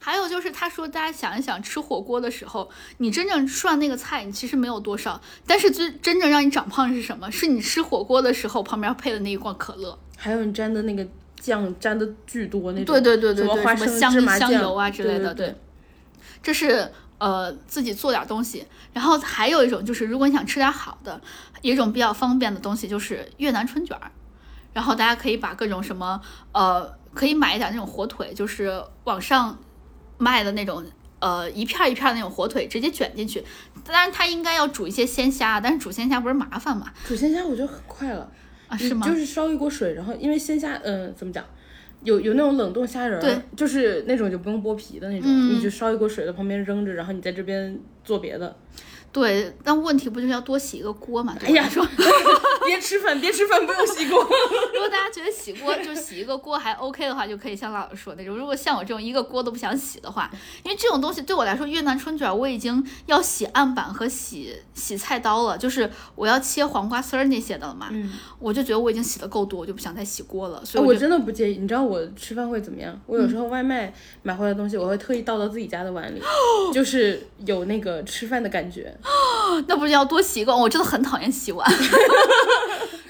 Speaker 1: 还有就是，他说大家想一想，吃火锅的时候，你真正涮那个菜，你其实没有多少，但是最真正让你长胖是什么？是你吃火锅的时候旁边配的那一罐可乐。
Speaker 3: 还有你沾的那个酱沾的巨多那种，
Speaker 1: 对对对对
Speaker 3: 什么
Speaker 1: 对，
Speaker 3: 花
Speaker 1: 什
Speaker 3: 生
Speaker 1: 么香
Speaker 3: 芝
Speaker 1: 米
Speaker 3: 麻
Speaker 1: 香
Speaker 3: 酱
Speaker 1: 油啊之类的，
Speaker 3: 对
Speaker 1: 对，这是呃自己做点东西。然后还有一种就是，如果你想吃点好的，有一种比较方便的东西就是越南春卷儿。然后大家可以把各种什么呃，可以买一点那种火腿，就是网上卖的那种。呃，一片儿一片儿的那种火腿直接卷进去，当然它应该要煮一些鲜虾，但是煮鲜虾不是麻烦嘛？
Speaker 3: 煮鲜虾我觉得很快了，
Speaker 1: 啊，
Speaker 3: 你
Speaker 1: 是吗？
Speaker 3: 嗯就是烧一锅水，然后因为鲜虾，嗯、怎么讲？有有那种冷冻虾仁儿，
Speaker 1: 对
Speaker 3: 就是那种就不用剥皮的那种，
Speaker 1: 嗯
Speaker 3: 你就烧一锅水在旁边扔着，然后你在这边做
Speaker 1: [LAUGHS]
Speaker 3: 别的。
Speaker 1: 对，但问题不就是要多洗一个锅嘛？对
Speaker 3: 哎
Speaker 1: 我来
Speaker 3: 呀
Speaker 1: 说，
Speaker 3: 别吃饭，别吃饭，不用洗锅。
Speaker 1: [LAUGHS] 如果大家觉得洗锅就洗一个锅还 OK 的话，就可以像老师说那种。如果像我这种一个锅都不想洗的话，因为这种东西对我来说，越南春卷我已经要洗案板和洗洗菜刀了，就是我要切黄瓜丝儿那些的了嘛。
Speaker 3: 嗯啊
Speaker 1: 我就觉得我已经洗的够多，我就不想再洗锅
Speaker 3: [LAUGHS]
Speaker 1: 了，所以
Speaker 3: 我
Speaker 1: 我就
Speaker 3: 真的不介意，你知道我吃饭会怎么样？我有时候外卖买回来的东西，我会特意倒到自己家的碗里，
Speaker 1: [LAUGHS]
Speaker 3: 就是有那个吃饭的感觉。
Speaker 1: 那不是要多洗一个？我真的很讨厌洗碗。 [LAUGHS]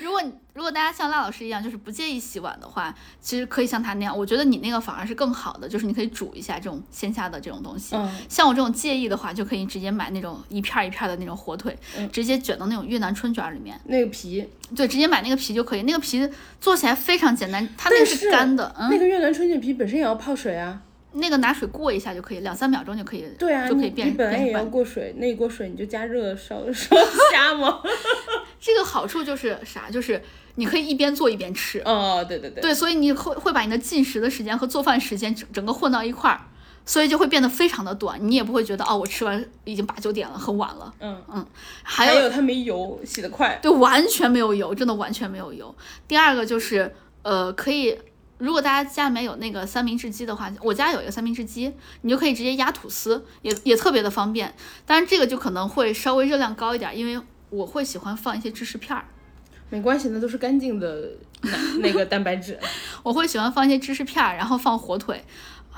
Speaker 1: 如果你如果大家像赖老师一样，就是不介意洗碗的话，其实可以像他那样。我觉得你那个反而是更好的，就是你可以煮一下这种鲜虾的这种东西。
Speaker 3: 嗯
Speaker 1: 像我这种介意的话，就可以直接买那种一片儿一片儿的那种火腿，
Speaker 3: 嗯
Speaker 1: 直接卷到那种越南春卷儿里面。
Speaker 3: 那个皮，
Speaker 1: 对，直接买那个皮就可以。那个皮做起来非常简单，它那个
Speaker 3: 但
Speaker 1: 是干的，嗯，
Speaker 3: 那个越南春卷皮本身也要泡水啊。
Speaker 1: 那个拿水过一下就可以，两三秒钟就可以，
Speaker 3: 对啊，
Speaker 1: 就可
Speaker 3: 你
Speaker 1: 以
Speaker 3: 你
Speaker 1: 变
Speaker 3: 本来
Speaker 1: 变
Speaker 3: 也
Speaker 1: 成
Speaker 3: 要
Speaker 1: 饭。
Speaker 3: 过水，那一锅水你就加热烧烧虾吗？
Speaker 1: 这个好处就是啥？就是你可以一边做一边吃。
Speaker 3: 哦，对对对，
Speaker 1: 对，所以你会会把你的进食的时间和做饭时间整整个混到一块儿，所以就会变得非常的短，你也不会觉得哦，我吃完已经八九点了，很晚了。
Speaker 3: 嗯，
Speaker 1: 还
Speaker 3: 还
Speaker 1: 有
Speaker 3: 有它没油，洗得快。
Speaker 1: 对，完全没有油，真的完全没有油。第二个就是呃，可以。如果大家家里面有那个三明治机的话，我家有一个三明治机，你就可以直接压吐司，也也特别的方便。当然，这个就可能会稍微热量高一点，因为我会喜欢放一些芝士片儿。
Speaker 3: 没关系，那都是干净的那那个蛋白质。 [LAUGHS]
Speaker 1: 我会喜欢放一些芝士片儿，然后放火腿，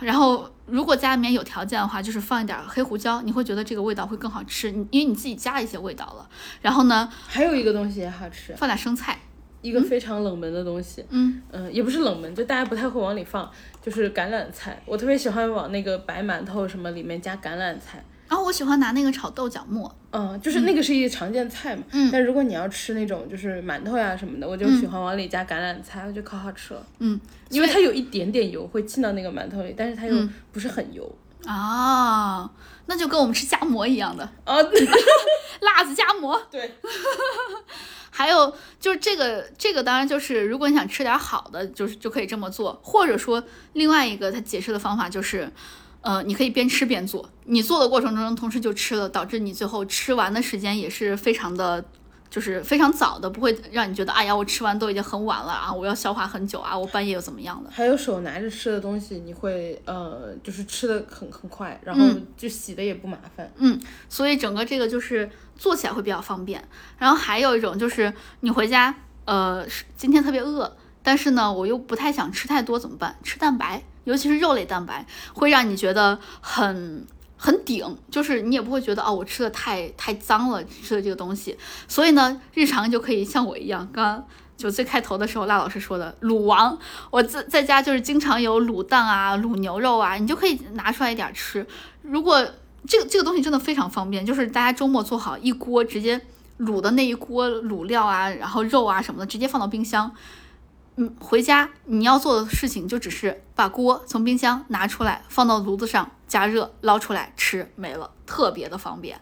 Speaker 1: 然后如果家里面有条件的话，就是放一点黑胡椒，你会觉得这个味道会更好吃，你因为你自己加了一些味道了。然后呢，
Speaker 3: 还有一个东西也好吃，
Speaker 1: 放点生菜，
Speaker 3: 一个非常冷门的东西，
Speaker 1: 嗯
Speaker 3: 嗯、也不是冷门，就大家不太会往里放，就是橄榄菜。我特别喜欢往那个白馒头什么里面加橄榄菜，
Speaker 1: 然后我喜欢拿那个炒豆角末，
Speaker 3: 嗯，就是那个是一常见菜嘛。
Speaker 1: 嗯
Speaker 3: 但如果你要吃那种就是馒头呀、啊什么的，我就喜欢往里加橄榄菜，我觉得可好吃了，
Speaker 1: 嗯，
Speaker 3: 因为它有一点点油会沁到那个馒头里，但是它又不是很油。
Speaker 1: 啊，那就跟我们吃夹馍一样的
Speaker 3: 啊，
Speaker 1: [LAUGHS] 辣子夹馍。
Speaker 3: 对，
Speaker 1: [LAUGHS] 还有就是这个这个当然就是如果你想吃点好的，就是就可以这么做，或者说另外一个他解释的方法就是。呃，你可以边吃边做，你做的过程中同时就吃了，导致你最后吃完的时间也是非常的，就是非常早的，不会让你觉得哎呀，我吃完都已经很晚了啊，我要消化很久啊，我半夜又怎么样了？
Speaker 3: 还有手拿着吃的东西，你会呃，就是吃的很很快，然后
Speaker 1: 嗯
Speaker 3: 就洗的也不麻烦。
Speaker 1: 所以整个这个就是做起来会比较方便。然后还有一种就是你回家，呃，是今天特别饿，但是呢我又不太想吃太多，怎么办？吃蛋白，尤其是肉类蛋白，会让你觉得很。很顶，就是你也不会觉得哦，我吃的太太脏了，吃的这个东西。所以呢，日常就可以像我一样，刚刚就最开头的时候，辣老师说的卤王，我在在家就是经常有卤蛋啊、卤牛肉啊，你就可以拿出来一点吃。如果这个这个东西真的非常方便，就是大家周末做好一锅，直接卤的那一锅卤料啊，然后肉啊什么的，直接放到冰箱。嗯，回家你要做的事情就只是把锅从冰箱拿出来，放到炉子上加热，捞出来吃，没了，特别的方便。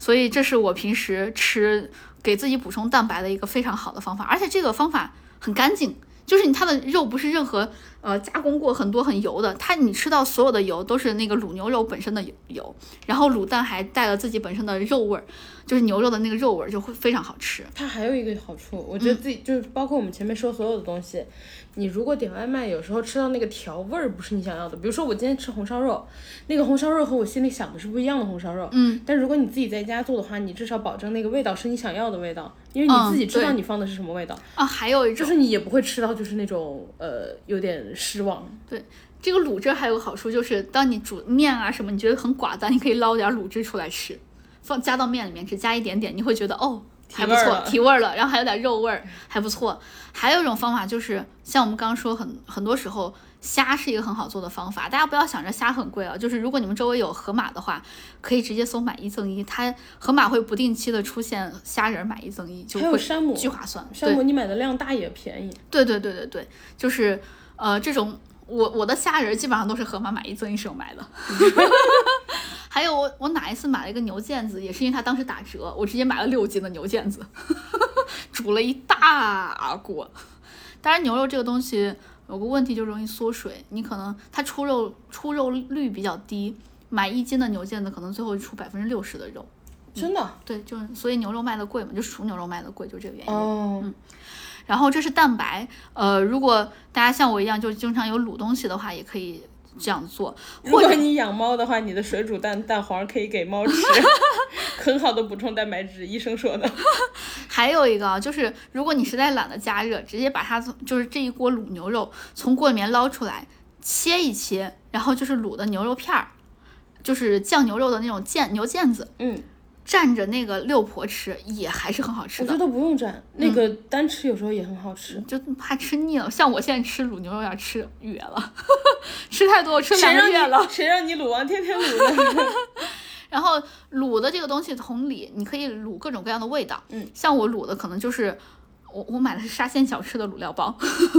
Speaker 1: 所以这是我平时吃给自己补充蛋白的一个非常好的方法，而且这个方法很干净，就是你它的肉不是任何呃加工过很多很油的，它你吃到所有的油都是那个卤牛肉本身的油油，然后卤蛋还带了自己本身的肉味儿，就是牛肉的那个肉味儿就会非常好吃。
Speaker 3: 它还有一个好处，我觉得自己、就是包括我们前面说所有的东西，你如果点外卖，有时候吃到那个调味儿不是你想要的，比如说我今天吃红烧肉，那个红烧肉和我心里想的是不一样的红烧肉。
Speaker 1: 嗯，
Speaker 3: 但如果你自己在家做的话，你至少保证那个味道是你想要的味道，因为你自己知道
Speaker 1: 嗯对
Speaker 3: 你放的是什么味道，
Speaker 1: 啊，还有一
Speaker 3: 就
Speaker 1: 种
Speaker 3: 是你也不会吃到就是那种呃有点失望。
Speaker 1: 这个卤汁还有个好处就是，当你煮面啊什么，你觉得很寡淡，你可以捞点卤汁出来吃，放加到面里面，只加一点点，你会觉得哦。还不
Speaker 3: 味儿
Speaker 1: 错，
Speaker 3: 了
Speaker 1: 提味儿了，然后还有点肉味儿，还不错。还有一种方法就是，像我们刚刚说很，很多时候虾是一个很好做的方法。大家不要想着虾很贵啊，就是如果你们周围有盒马的话，可以直接搜买一赠一。它盒马会不定期的出现虾仁儿买一赠一，就
Speaker 3: 还有
Speaker 1: 会
Speaker 3: 山姆
Speaker 1: 巨划算。对。
Speaker 3: 山姆你买的量大也便宜，
Speaker 1: 对对对对对，就是呃，这种我我的虾仁儿基本上都是盒马买一赠一时候买的。 [LAUGHS] 还有我我哪一次买了一个牛腱子，也是因为它当时打折，我直接买了六斤的牛腱子， [LAUGHS] 煮了一大锅。当然牛肉这个东西有个问题就容易缩水，你可能它出肉出肉率比较低，买一斤的牛腱子可能最后出百分之六十的肉。
Speaker 3: 真的
Speaker 1: 对，就是所以牛肉卖的贵嘛，就熟牛肉卖的贵，就这个原因。
Speaker 3: 哦。
Speaker 1: 然后这是蛋白，呃，如果大家像我一样就经常有卤东西的话，也可以这样做，
Speaker 3: 如
Speaker 1: 或
Speaker 3: 果
Speaker 1: 者
Speaker 3: 你养猫的话，你的水煮蛋蛋黄可以给猫 [LAUGHS] 吃，很好的补充蛋白质，医生说的。 [LAUGHS]
Speaker 1: 还有一个啊，就是如果你实在懒得加热，直接把它从就是这一锅卤牛肉从锅里面捞出来，切一切，然后就是卤的牛肉片儿，就是酱牛肉的那种腱牛腱子，
Speaker 3: 嗯，
Speaker 1: 蘸着那个六婆吃也还是很好吃
Speaker 3: 我
Speaker 1: 的
Speaker 3: 觉。得不用蘸，那个单吃有时候也很好吃。
Speaker 1: 就怕吃腻了，像我现在吃卤牛肉有点吃哕了， [LAUGHS] 吃太多，我吃
Speaker 3: 谁
Speaker 1: 两
Speaker 3: 让
Speaker 1: 个月了
Speaker 3: 你。谁让你卤王天天 [LAUGHS] 卤的？
Speaker 1: 然后卤的这个东西同理，你可以卤各种各样的味道。
Speaker 3: 嗯，
Speaker 1: 像我卤的可能就是我我买的是沙县小吃的卤料包， [LAUGHS]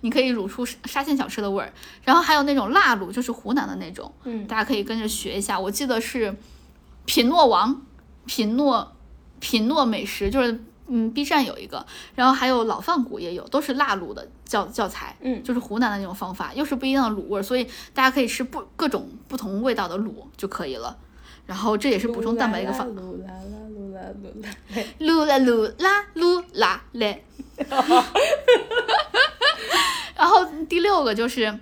Speaker 1: 你可以卤出沙县小吃的味儿。然后还有那种辣卤，就是湖南的那种，
Speaker 3: 嗯
Speaker 1: 大家可以跟着学一下。我记得是品诺王、品诺品诺美食，就是嗯 B 站有一个，然后还有老饭骨也有，都是辣卤的教教材。
Speaker 3: 嗯
Speaker 1: 就是湖南的那种方法，又是不一样的卤味儿，所以大家可以吃不各种不同味道的卤就可以了。然后这也是补充蛋白一个
Speaker 3: [LAUGHS]
Speaker 1: 方。
Speaker 3: 噜啦啦噜啦
Speaker 1: 噜
Speaker 3: 噜啦噜啦。
Speaker 1: 啦噜啦噜啦 [LAUGHS] 嘞。然后第六个就是，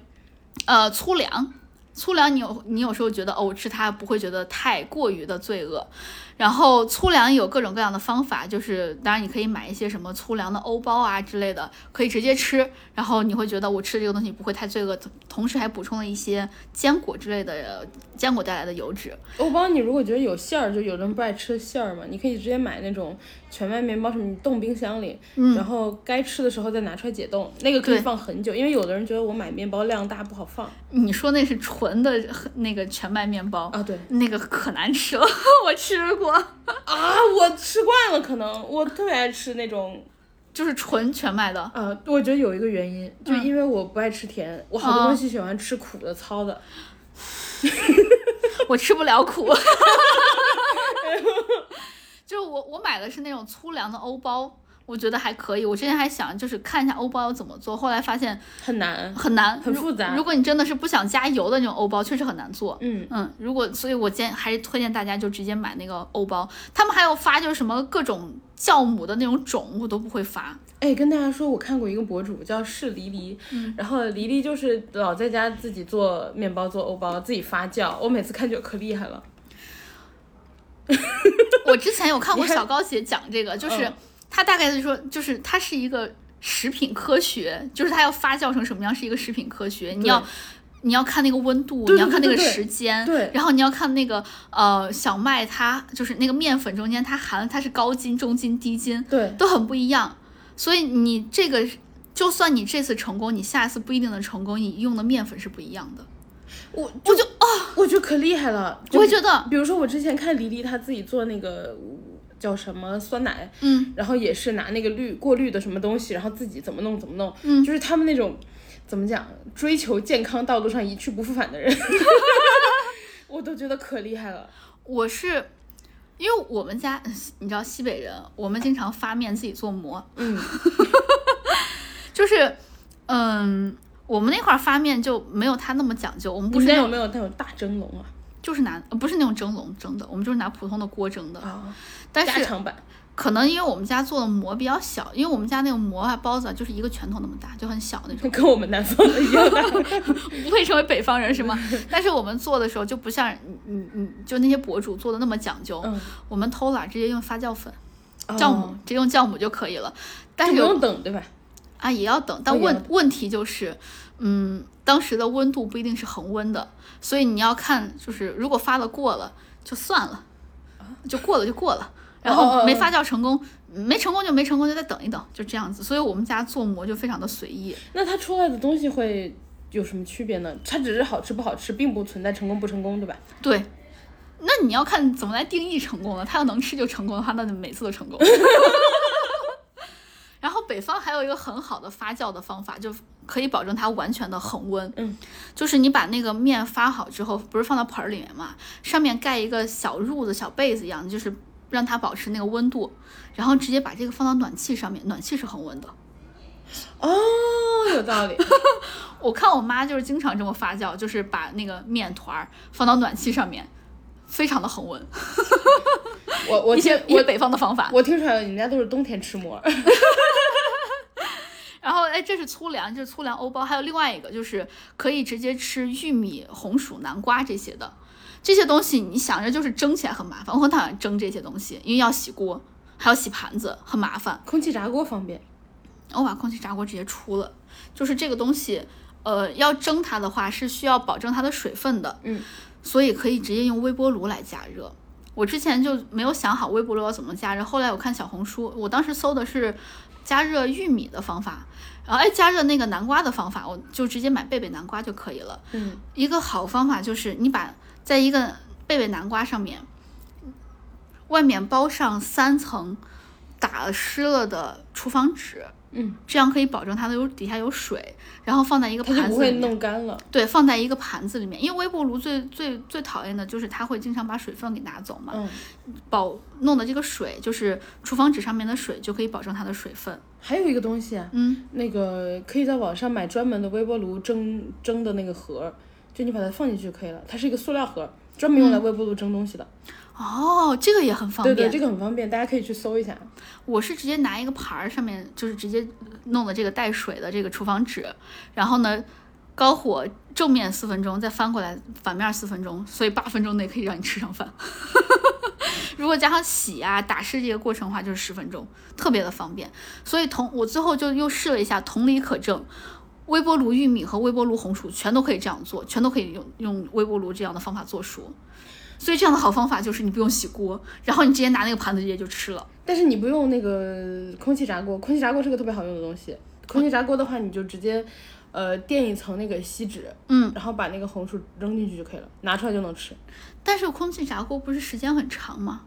Speaker 1: 呃，粗粮。粗粮你有你有时候觉得哦，我吃它不会觉得太过于的罪恶。然后粗粮有各种各样的方法，就是当然你可以买一些什么粗粮的欧包啊之类的，可以直接吃。然后你会觉得我吃这个东西不会太罪恶，同时还补充了一些坚果之类的呃坚果带来的油脂。
Speaker 3: 欧包，你如果觉得有馅儿，就有人不爱吃馅儿嘛，你可以直接买那种全麦面包，什么你冻冰箱里，然后该吃的时候再拿出来解冻，那个可以
Speaker 1: 嗯对
Speaker 3: 放很久，因为有的人觉得我买面包量大不好放
Speaker 1: 你说那是纯的那个全麦面包，
Speaker 3: 啊，对
Speaker 1: 那个可难吃了， [LAUGHS] 我吃过，
Speaker 3: 啊，我吃惯了，可能我特别爱吃那种
Speaker 1: 就是纯全麦的。
Speaker 3: 啊，我觉得有一个原因，就因为我不爱吃甜，我好多东西喜欢吃苦的、糙的，
Speaker 1: 我吃不了苦。 [LAUGHS] 就是我我买的是那种粗粮的欧包，我觉得还可以。我之前还想就是看一下欧包要怎么做，后来发现
Speaker 3: 很难。
Speaker 1: 很难，
Speaker 3: 很
Speaker 1: 如
Speaker 3: 复杂
Speaker 1: 如果你真的是不想加油的那种欧包，确实很难做。
Speaker 3: 嗯，
Speaker 1: 嗯，如果所以，我建还是推荐大家就直接买那个欧包。他们还有发就是什么各种酵母的那种种，我都不会发。
Speaker 3: 哎，跟大家说，我看过一个博主叫是黎黎，然后黎黎就是老在家自己做面包、做欧包，自己发酵。我每次看就可厉害了。
Speaker 1: 我之前有看过小高姐讲这个，就是
Speaker 3: 嗯
Speaker 1: 她大概就说，就是它是一个食品科学，就是它要发酵成什么样是一个食品科学，你要。你要看那个温度，
Speaker 3: 对
Speaker 1: 你要
Speaker 3: 对
Speaker 1: 看那
Speaker 3: 对
Speaker 1: 个
Speaker 3: 对
Speaker 1: 时间，
Speaker 3: 对
Speaker 1: 然后你要看那个呃小麦它就是那个面粉中间它含了它是高筋、中筋、低筋，
Speaker 3: 对，
Speaker 1: 都很不一样。所以你这个就算你这次成功，你下次不一定能成功，你用的面粉是不一样的。
Speaker 3: 我我就啊，我觉得可厉害了。就
Speaker 1: 我也觉得，
Speaker 3: 比如说我之前看黎黎她自己做那个叫什么酸奶，
Speaker 1: 嗯，
Speaker 3: 然后也是拿那个滤过滤的什么东西，然后自己怎么弄怎么弄，嗯，就是他们那种怎么讲，追求健康道路上一去不复返的人， [LAUGHS] 我都觉得可厉害了。
Speaker 1: 我是因为我们家，你知道西北人，我们经常发面自己做馍，
Speaker 3: 嗯，
Speaker 1: [LAUGHS] 就是，嗯，我们那块儿发面就没有他那么讲究，我们
Speaker 3: 你
Speaker 1: 不
Speaker 3: 们
Speaker 1: 是
Speaker 3: 家
Speaker 1: 那
Speaker 3: 有
Speaker 1: 种
Speaker 3: 没有那种大蒸笼啊？
Speaker 1: 就是拿呃不是那种蒸笼蒸的，我们就是拿普通的锅蒸的。
Speaker 3: 啊，
Speaker 1: 但
Speaker 3: 加
Speaker 1: 是
Speaker 3: 长版。
Speaker 1: 可能因为我们家做的馍比较小，因为我们家那个馍啊包子啊就是一个拳头那么大，就很小那种。
Speaker 3: 跟我们南方的一 [LAUGHS] 样大，
Speaker 1: [LAUGHS] 不会成为北方人是吗？但是我们做的时候就不像你你你就那些博主做的那么讲究，
Speaker 3: 嗯
Speaker 1: 我们偷懒直接用发酵粉、酵母
Speaker 3: 哦，
Speaker 1: 直接用酵母就可以了。但
Speaker 3: 就是不
Speaker 1: 有
Speaker 3: 用等对吧？
Speaker 1: 啊，也要等。但
Speaker 3: 也要
Speaker 1: 问问题就是，嗯，当时的温度不一定是恒温的，所以你要看，就是如果发的过了就算了，就过了就过
Speaker 3: [LAUGHS]
Speaker 1: 了。然
Speaker 3: 哦哦
Speaker 1: 后
Speaker 3: 哦
Speaker 1: 没发酵成功，没成功就没成功，就再等一等，就这样子。所以我们家做馍就非常的随意。
Speaker 3: 那它出来的东西会有什么区别呢？它只是好吃不好吃，并不存在成功不成功，对吧？
Speaker 1: 对，那你要看怎么来定义成功了。他要能吃就成功的话，那就每次都成功。然后北方还有一个很好的发酵的方法，就可以保证它完全的恒温。
Speaker 3: 嗯，
Speaker 1: 就是你把那个面发好之后，不是放到盆儿里面嘛，上面盖一个小褥子、小被子一样，就是让它保持那个温度，然后直接把这个放到暖气上面，暖气是恒温的。
Speaker 3: 哦，有道理。
Speaker 1: 我看我妈就是经常这么发酵，就是把那个面团儿放到暖气上面，非常的恒温。
Speaker 3: 我我 [LAUGHS]
Speaker 1: 一
Speaker 3: 听
Speaker 1: 些一些
Speaker 3: 我
Speaker 1: 北方的方法。
Speaker 3: 我听出来了，你们家都是冬天吃馍。
Speaker 1: 然后，哎，这是粗粮，这是粗粮欧包，还有另外一个就是可以直接吃玉米、红薯、南瓜这些的。这些东西你想着就是蒸起来很麻烦，我很讨厌蒸这些东西，因为要洗锅，还要洗盘子，很麻烦。
Speaker 3: [LAUGHS] 空气炸锅方便。
Speaker 1: 我把空气炸锅直接出了，就是这个东西，呃，要蒸它的话是需要保证它的水分的，
Speaker 3: 嗯，
Speaker 1: 所以可以直接用微波炉来加热。我之前就没有想好微波炉要怎么加热，后来我看小红书，我当时搜的是加热玉米的方法，然后哎加热那个南瓜的方法，我就直接买贝贝南瓜就可以了。
Speaker 3: 嗯，
Speaker 1: 一个好方法就是你把在一个贝贝南瓜上面，外面包上三层打湿了的厨房纸，
Speaker 3: 嗯，
Speaker 1: 这样可以保证它的有底下有水，然后放在一个
Speaker 3: 它就
Speaker 1: 盘
Speaker 3: 不
Speaker 1: 子里
Speaker 3: 会
Speaker 1: 面。
Speaker 3: 弄干了。
Speaker 1: 对，放在一个盘子里面，因为微波炉最最最讨厌的就是它会经常把水分给拿走嘛，
Speaker 3: 嗯，
Speaker 1: 保弄的这个水就是厨房纸上面的水就可以保证它的水分。
Speaker 3: 还有一个东西啊，
Speaker 1: 嗯，
Speaker 3: 那个可以在网上买专门的微波炉蒸蒸的那个盒儿，就你把它放进去就可以了。它是一个塑料盒儿，专门用来微波炉蒸东西的。
Speaker 1: 哦，这个也嗯很方
Speaker 3: 对
Speaker 1: 便。
Speaker 3: 对，这个很方便，大家可以去搜一下。
Speaker 1: 我是直接拿一个盘儿，上面就是直接弄的这个带水的这个厨房纸，然后呢，高火正面四分钟，再翻过来反面四分钟，所以八分钟内可以让你吃上饭。 [LAUGHS] 如果加上洗啊、打湿这个过程的话，就是十分钟，特别的方便。所以同我最后就又试了一下，同理可证，微波炉玉米和微波炉红薯全都可以这样做，全都可以用用微波炉这样的方法做熟。所以这样的好方法就是你不用洗锅，然后你直接拿那个盘子直接就吃了。
Speaker 3: 但是你不用那个空气炸锅，空气炸锅是个特别好用的东西。空气炸锅的话，你就直接，呃，垫一层那个锡纸，
Speaker 1: 嗯，
Speaker 3: 然后把那个红薯扔进去就可以了，拿出来就能吃。
Speaker 1: 但是空气炸锅不是时间很长吗？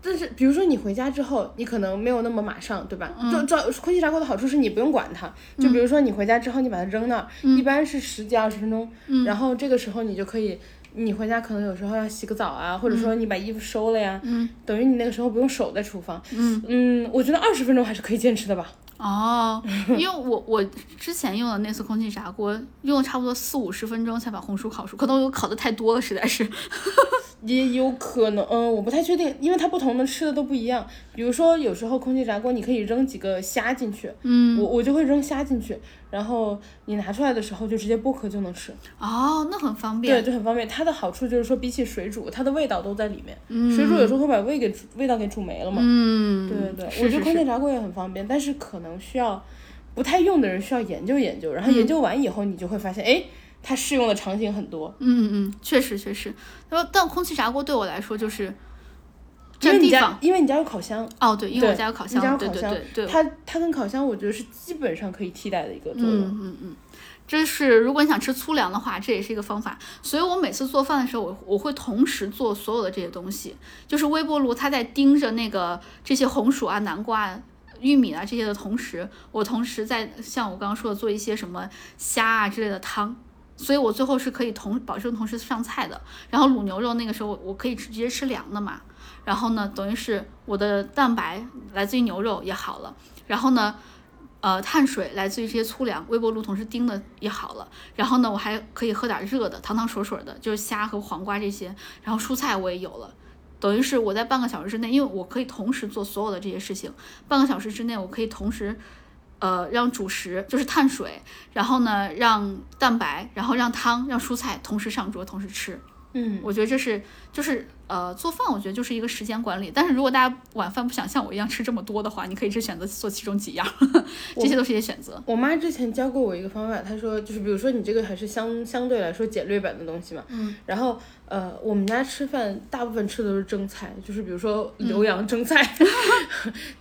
Speaker 3: 但是，比如说你回家之后，你可能没有那么马上，对吧？就照空气炸锅的好处是你不用管它。就比如说你回家之后，你把它扔那儿，一般是十几二十分钟。然后这个时候你就可以，你回家可能有时候要洗个澡啊，或者说你把衣服收了呀，等于你那个时候不用守在厨房。嗯我觉得二十分钟还是可以坚持的吧。
Speaker 1: 哦，因为我我之前用的那次空气炸锅，用了差不多四五十分钟才把红薯烤熟，可能我烤的太多了，实在是。
Speaker 3: 也有可能，嗯，我不太确定，因为它不同的吃的都不一样。比如说，有时候空气炸锅你可以扔几个虾进去，嗯，我我就会扔虾进去，然后你拿出来的时候就直接剥壳就能吃，
Speaker 1: 哦，那很方
Speaker 3: 对，
Speaker 1: 便。
Speaker 3: 就很方便。它的好处就是说，比起水煮，它的味道都在里面。水煮有时候会把味给煮味道给煮没了嘛。
Speaker 1: 嗯，
Speaker 3: 对对对，
Speaker 1: 是
Speaker 3: 我觉
Speaker 1: 是
Speaker 3: 得空
Speaker 1: 是
Speaker 3: 气炸锅也很方便，但是可能需要不太用的人需要研究研究，
Speaker 1: 嗯
Speaker 3: 然后研究完以后你就会发现，哎、它适用的场景很多。
Speaker 1: 嗯嗯嗯，确实确实。然后，但空气炸锅对我来说就是
Speaker 3: 因为
Speaker 1: 占地
Speaker 3: 你家
Speaker 1: 方。
Speaker 3: 因为你家有烤箱，
Speaker 1: 哦，对，因为我
Speaker 3: 对
Speaker 1: 家有烤
Speaker 3: 你
Speaker 1: 箱，
Speaker 3: 家有
Speaker 1: 对
Speaker 3: 烤
Speaker 1: 对
Speaker 3: 箱
Speaker 1: 对对，
Speaker 3: 它它跟烤箱，我觉得是基本上可以替代的一个作用。
Speaker 1: 嗯嗯嗯，这是如果你想吃粗粮的话，这也是一个方法。所以我每次做饭的时候，我我会同时做所有的这些东西，就是微波炉它在盯着那个这些红薯啊、南瓜、啊、玉米啊这些的同时，我同时在像我刚刚说的做一些什么虾啊之类的汤。所以我最后是可以同保证同时上菜的。然后卤牛肉那个时候我我可以直接吃凉的嘛，然后呢，等于是我的蛋白来自于牛肉也好了，然后呢，呃，碳水来自于这些粗粮，微波炉同时叮的也好了，然后呢，我还可以喝点热的，汤汤水水的，就是虾和黄瓜这些，然后蔬菜我也有了。等于是我在半个小时之内，因为我可以同时做所有的这些事情，半个小时之内我可以同时，呃，让主食就是碳水，然后呢让蛋白，然后让汤，让蔬菜同时上桌，同时吃。
Speaker 3: 嗯，
Speaker 1: 我觉得这是就是呃做饭，我觉得就是一个时间管理。但是如果大家晚饭不想像我一样吃这么多的话，你可以只选择做其中几样，这些都是一些选择。
Speaker 3: 我妈之前教过我一个方法，她说就是比如说你这个还是相相对来说简略版的东西嘛，嗯，然后呃我们家吃饭大部分吃的都是蒸菜，就是比如说浏阳蒸菜， [LAUGHS]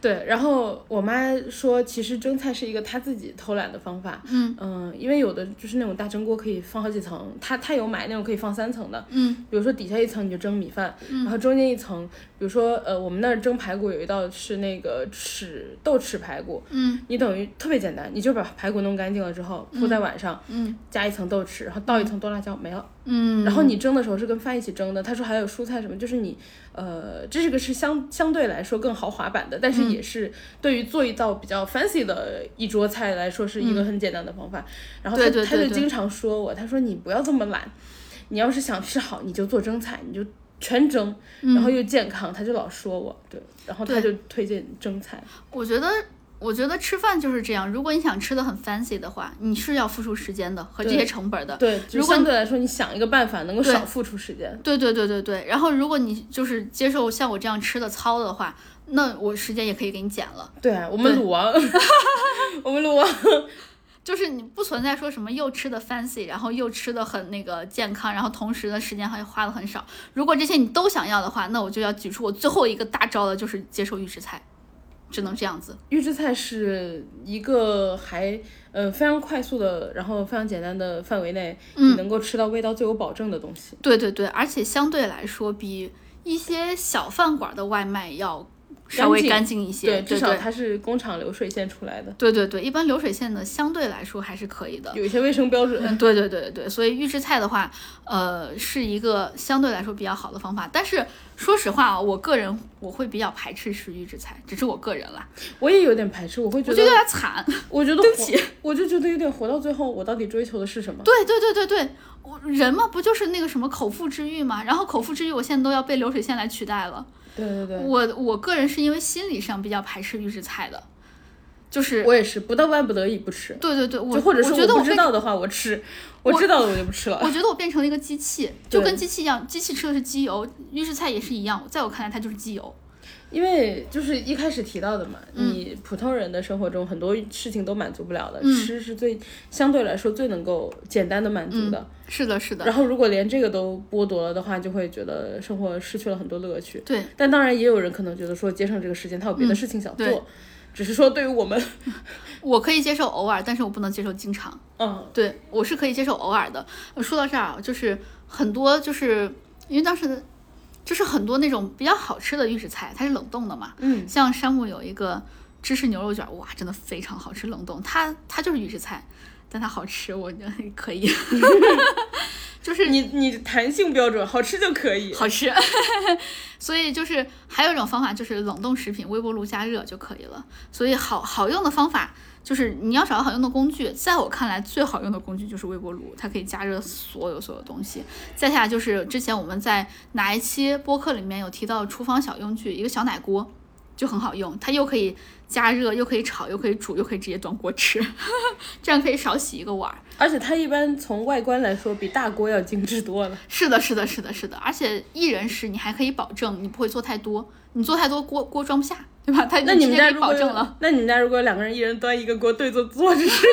Speaker 3: 对，然后我妈说其实蒸菜是一个她自己偷懒的方法，嗯因为有的就是那种大蒸锅可以放好几层，她她有买那种可以放三层的，
Speaker 1: 嗯，
Speaker 3: 比如说底下一层你就蒸米饭，然后中间一层，比如说呃我们那儿蒸排骨有一道是那个豉豆豉排骨，
Speaker 1: 嗯
Speaker 3: 你等于特别简单，你就把排骨弄干净了之后铺在碗上，
Speaker 1: 嗯
Speaker 3: 加一层豆豉，然后倒一层剁辣椒，没了。
Speaker 1: 嗯，
Speaker 3: 然后你蒸的时候是跟饭一起蒸的，他说还有蔬菜什么，就是你呃，这个是相相对来说更豪华版的，但
Speaker 1: 嗯
Speaker 3: 是也是对于做一道比较 fancy 的一桌菜来说是一个很简单的方法。然后他
Speaker 1: 嗯对对对
Speaker 3: 他就
Speaker 1: 对
Speaker 3: 经常说我，他说你不要这么懒，你要是想吃好，你就做蒸菜，你就。全蒸，
Speaker 1: 嗯
Speaker 3: 然后又健康，他就老说我对，然后他就推荐蒸菜。
Speaker 1: 我觉得，我觉得吃饭就是这样。如果你想吃的很 fancy 的话，你是要付出时间的和这些成本的。
Speaker 3: 对，就
Speaker 1: 如果
Speaker 3: 相对来说，你想一个办法能够
Speaker 1: 对
Speaker 3: 少付出时间。
Speaker 1: 对对对对对。然后，如果你就是接受像我这样吃的糙的话，那我时间也可以给你减了。
Speaker 3: 对啊，我们
Speaker 1: 对 [LAUGHS]
Speaker 3: 鲁王，我们鲁王，
Speaker 1: 就是你不存在说什么又吃的 fancy，然后又吃的很那个健康，然后同时的时间还花的很少。如果这些你都想要的话，那我就要举出我最后一个大招了，就是接受预制菜，只能这样子。
Speaker 3: 预制菜是一个还呃非常快速的，然后非常简单的范围内，你
Speaker 1: 嗯
Speaker 3: 能够吃到味道最有保证的东西。
Speaker 1: 对对对，而且相对来说，比一些小饭馆的外卖要稍微干
Speaker 3: 干
Speaker 1: 净一些。
Speaker 3: 至
Speaker 1: 对
Speaker 3: 少
Speaker 1: 对
Speaker 3: 它是工厂流水线出来的，
Speaker 1: 对对对，一般流水线的相对来说还是可以的。
Speaker 3: 有一些卫生标准。
Speaker 1: 嗯，对对对对对，所以预制菜的话，呃，是一个相对来说比较好的方法。但是说实话啊，我个人我会比较排斥吃预制菜，只是我个人啦，
Speaker 3: 我也有点排斥，我会觉
Speaker 1: 我觉得有，
Speaker 3: 得
Speaker 1: 点惨。 [LAUGHS]
Speaker 3: 我觉得
Speaker 1: 对不起
Speaker 3: 活，我就觉得有点活到最后，我到底追求的是什么？
Speaker 1: 对对对对对，我人嘛不就是那个什么口腹之欲嘛，然后口腹之欲我现在都要被流水线来取代了。
Speaker 3: 对对对，
Speaker 1: 我我个人是因为心理上比较排斥预制菜的，就是
Speaker 3: 我也是，不到万不得已不吃，
Speaker 1: 对对对，我
Speaker 3: 就或者
Speaker 1: 我
Speaker 3: 说
Speaker 1: 觉得
Speaker 3: 不
Speaker 1: 我
Speaker 3: 知
Speaker 1: 被
Speaker 3: 道的话，我吃，我知道了我就不吃了。
Speaker 1: 我觉得我变成了一个机器，就
Speaker 3: 对
Speaker 1: 跟机器一样，机器吃的是机油，预制菜也是一样，在我看来它就是机油。
Speaker 3: 因为就是一开始提到的嘛，
Speaker 1: 嗯
Speaker 3: 你普通人的生活中很多事情都满足不了
Speaker 1: 嗯
Speaker 3: 的，吃是最相对来说最能够简单的满足的。
Speaker 1: 是的，是的，
Speaker 3: 然后如果连这个都剥夺了的话，就会觉得生活失去了很多乐趣。
Speaker 1: 对，
Speaker 3: 但当然也有人可能觉得说节省这个时间，他有别的事情想做，
Speaker 1: 嗯对
Speaker 3: 只是说对于我们， [LAUGHS]
Speaker 1: 我可以接受偶尔，但是我不能接受经常。
Speaker 3: 嗯，
Speaker 1: 对我是可以接受偶尔的。呃说到这儿啊，就是很多就是因为当时的就是很多那种比较好吃的预制菜，它是冷冻的嘛，
Speaker 3: 嗯，
Speaker 1: 像山姆有一个芝士牛肉卷儿，哇，真的非常好吃，冷冻，它它就是预制菜，但它好吃，我觉得可以，就是
Speaker 3: 你你弹性标准，好吃就可以。
Speaker 1: 好吃。 [LAUGHS] 所以就是还有一种方法就是冷冻食品，微波炉加热就可以了。所以好好用的方法就是你要找到好用的工具，在我看来最好用的工具就是微波炉，它可以加热所有所有东西。再下来就是之前我们在哪一期播客里面有提到厨房小用具，一个小奶锅。就很好用，它又可以加热，又可以炒，又可以煮，又可以直接端锅吃， [LAUGHS] 这样可以少洗一个碗儿。
Speaker 3: 而且它一般从外观来说，比大锅要精致多了。
Speaker 1: 是的，是的，是的，是的，而且一人食你还可以保证你不会做太多，你做太多锅锅装不下，对吧？他
Speaker 3: 那你们家
Speaker 1: 可以
Speaker 3: 如果
Speaker 1: 保
Speaker 3: 有
Speaker 1: 证
Speaker 3: [LAUGHS]
Speaker 1: 了，
Speaker 3: 那你们家如果有两个人一人端一个锅对着坐着吃，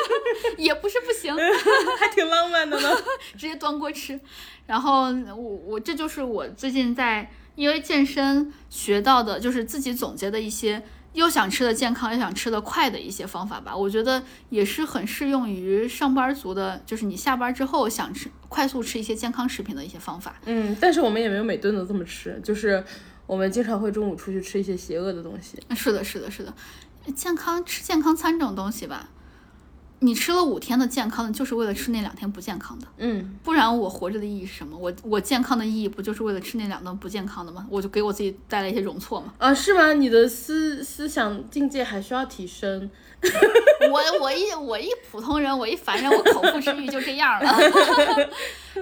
Speaker 1: 也不是不
Speaker 3: [LAUGHS]
Speaker 1: 行，
Speaker 3: 还挺浪漫的呢。
Speaker 1: 直接端锅吃。然后我我这就是我最近在因为健身学到的，就是自己总结的一些又想吃的健康又想吃的快的一些方法吧。我觉得也是很适用于上班族的，就是你下班之后想吃快速吃一些健康食品的一些方法。
Speaker 3: 嗯，但是我们也没有每顿都这么吃，就是我们经常会中午出去吃一些邪恶的东西。
Speaker 1: 是的，是的，是的，健康吃健康餐这种东西吧，你吃了五天的健康的，就是为了吃那两天不健康的，
Speaker 3: 嗯，
Speaker 1: 不然我活着的意义是什么？我我健康的意义不就是为了吃那两顿不健康的吗？我就给我自己带来一些容错嘛。
Speaker 3: 啊，是吗？你的思思想境界还需要提升。
Speaker 1: [LAUGHS] 我我一我一普通人，我一凡人，我口腹之欲就这样
Speaker 3: [LAUGHS]
Speaker 1: 了。 [LAUGHS]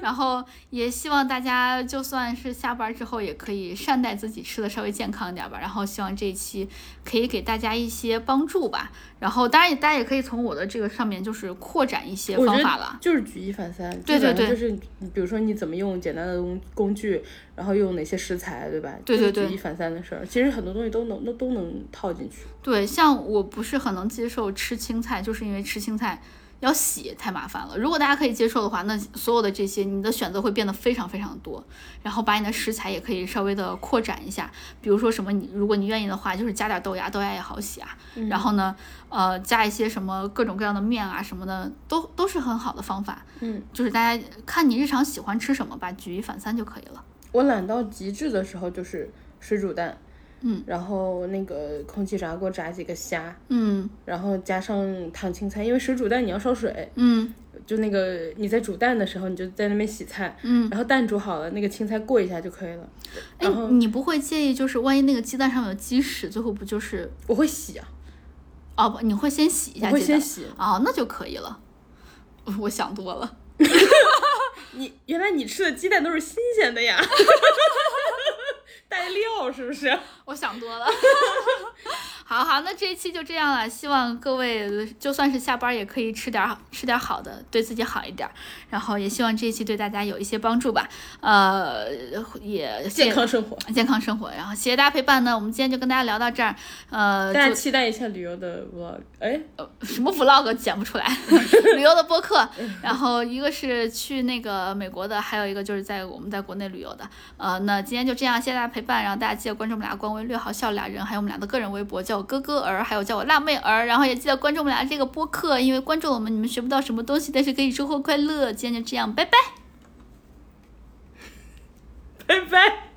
Speaker 1: 然后也希望大家就算是下班之后，也可以善待自己，吃的稍微健康一点吧。然后希望这一期可以给大家一些帮助吧。然后当然也大家也可以从我的这个上面就是扩展一些
Speaker 3: 我觉
Speaker 1: 方
Speaker 3: 得
Speaker 1: 法了。
Speaker 3: 就是举一反三，
Speaker 1: 对对
Speaker 3: 基本上就是你比如说你怎么用简单的工工具，然后用哪些食材，对吧？
Speaker 1: 对
Speaker 3: 就是
Speaker 1: 对对
Speaker 3: 举一反三的事儿，其实很多东西都能都都能套进去。
Speaker 1: 对，像我不是很能接受吃青菜，就是因为吃青菜要洗太麻烦了。如果大家可以接受的话，那所有的这些你的选择会变得非常非常多，然后把你的食材也可以稍微的扩展一下，比如说什么你如果你愿意的话，就是加点豆芽，豆芽也好洗啊。然后呢，呃，加一些什么各种各样的面啊什么的，都都是很好的方法。
Speaker 3: 嗯，
Speaker 1: 就是大家看你日常喜欢吃什么吧，举一反三就可以了。
Speaker 3: 我懒到极致的时候就是水煮蛋，
Speaker 1: 嗯，
Speaker 3: 然后那个空气炸锅炸几个虾，
Speaker 1: 嗯
Speaker 3: 然后加上烫青菜，因为水煮蛋你要烧水，
Speaker 1: 嗯
Speaker 3: 就那个你在煮蛋的时候，你就在那边洗菜，
Speaker 1: 嗯，
Speaker 3: 然后蛋煮好了，那个青菜过一下就可以了。
Speaker 1: 哎，你不会介意就是万一那个鸡蛋上面有鸡屎，最后不就是
Speaker 3: 我会洗啊，
Speaker 1: 哦，不，你会先洗一
Speaker 3: 我
Speaker 1: 下
Speaker 3: 会
Speaker 1: 鸡蛋
Speaker 3: 先洗。
Speaker 1: 哦，那就可以了。 [LAUGHS] 我想多了，
Speaker 3: 你原来你吃的鸡蛋都是新鲜 [LAUGHS] 的呀，带料是不是？
Speaker 1: 我想多了。 [LAUGHS] 好好，那这一期就这样了。希望各位就算是下班也可以吃点儿吃点儿好的，对自己好一点儿。然后也希望这一期对大家有一些帮助吧。呃，也谢
Speaker 3: 健康生活，
Speaker 1: 健康生活。然后谢谢大家陪伴呢。我们今天就跟大家聊到这儿。呃，
Speaker 3: 大家
Speaker 1: 祝
Speaker 3: 期待一下旅游的 vlog。哎，
Speaker 1: 什么 vlog 剪不出来，旅游的播客，然后一个是去那个美国的，还有一个就是在我们在国内旅游的。呃，那今天就这样，谢谢大家陪伴，然后大家记得关注我们俩官微“略好笑俩人”，还有我们俩的个人微博，叫我哥哥儿，还有叫我辣妹儿，然后也记得关注我们俩这个播客，因为关注了我们，你们学不到什么东西，但是可以收获快乐。今天就这样，拜拜。
Speaker 3: 拜拜。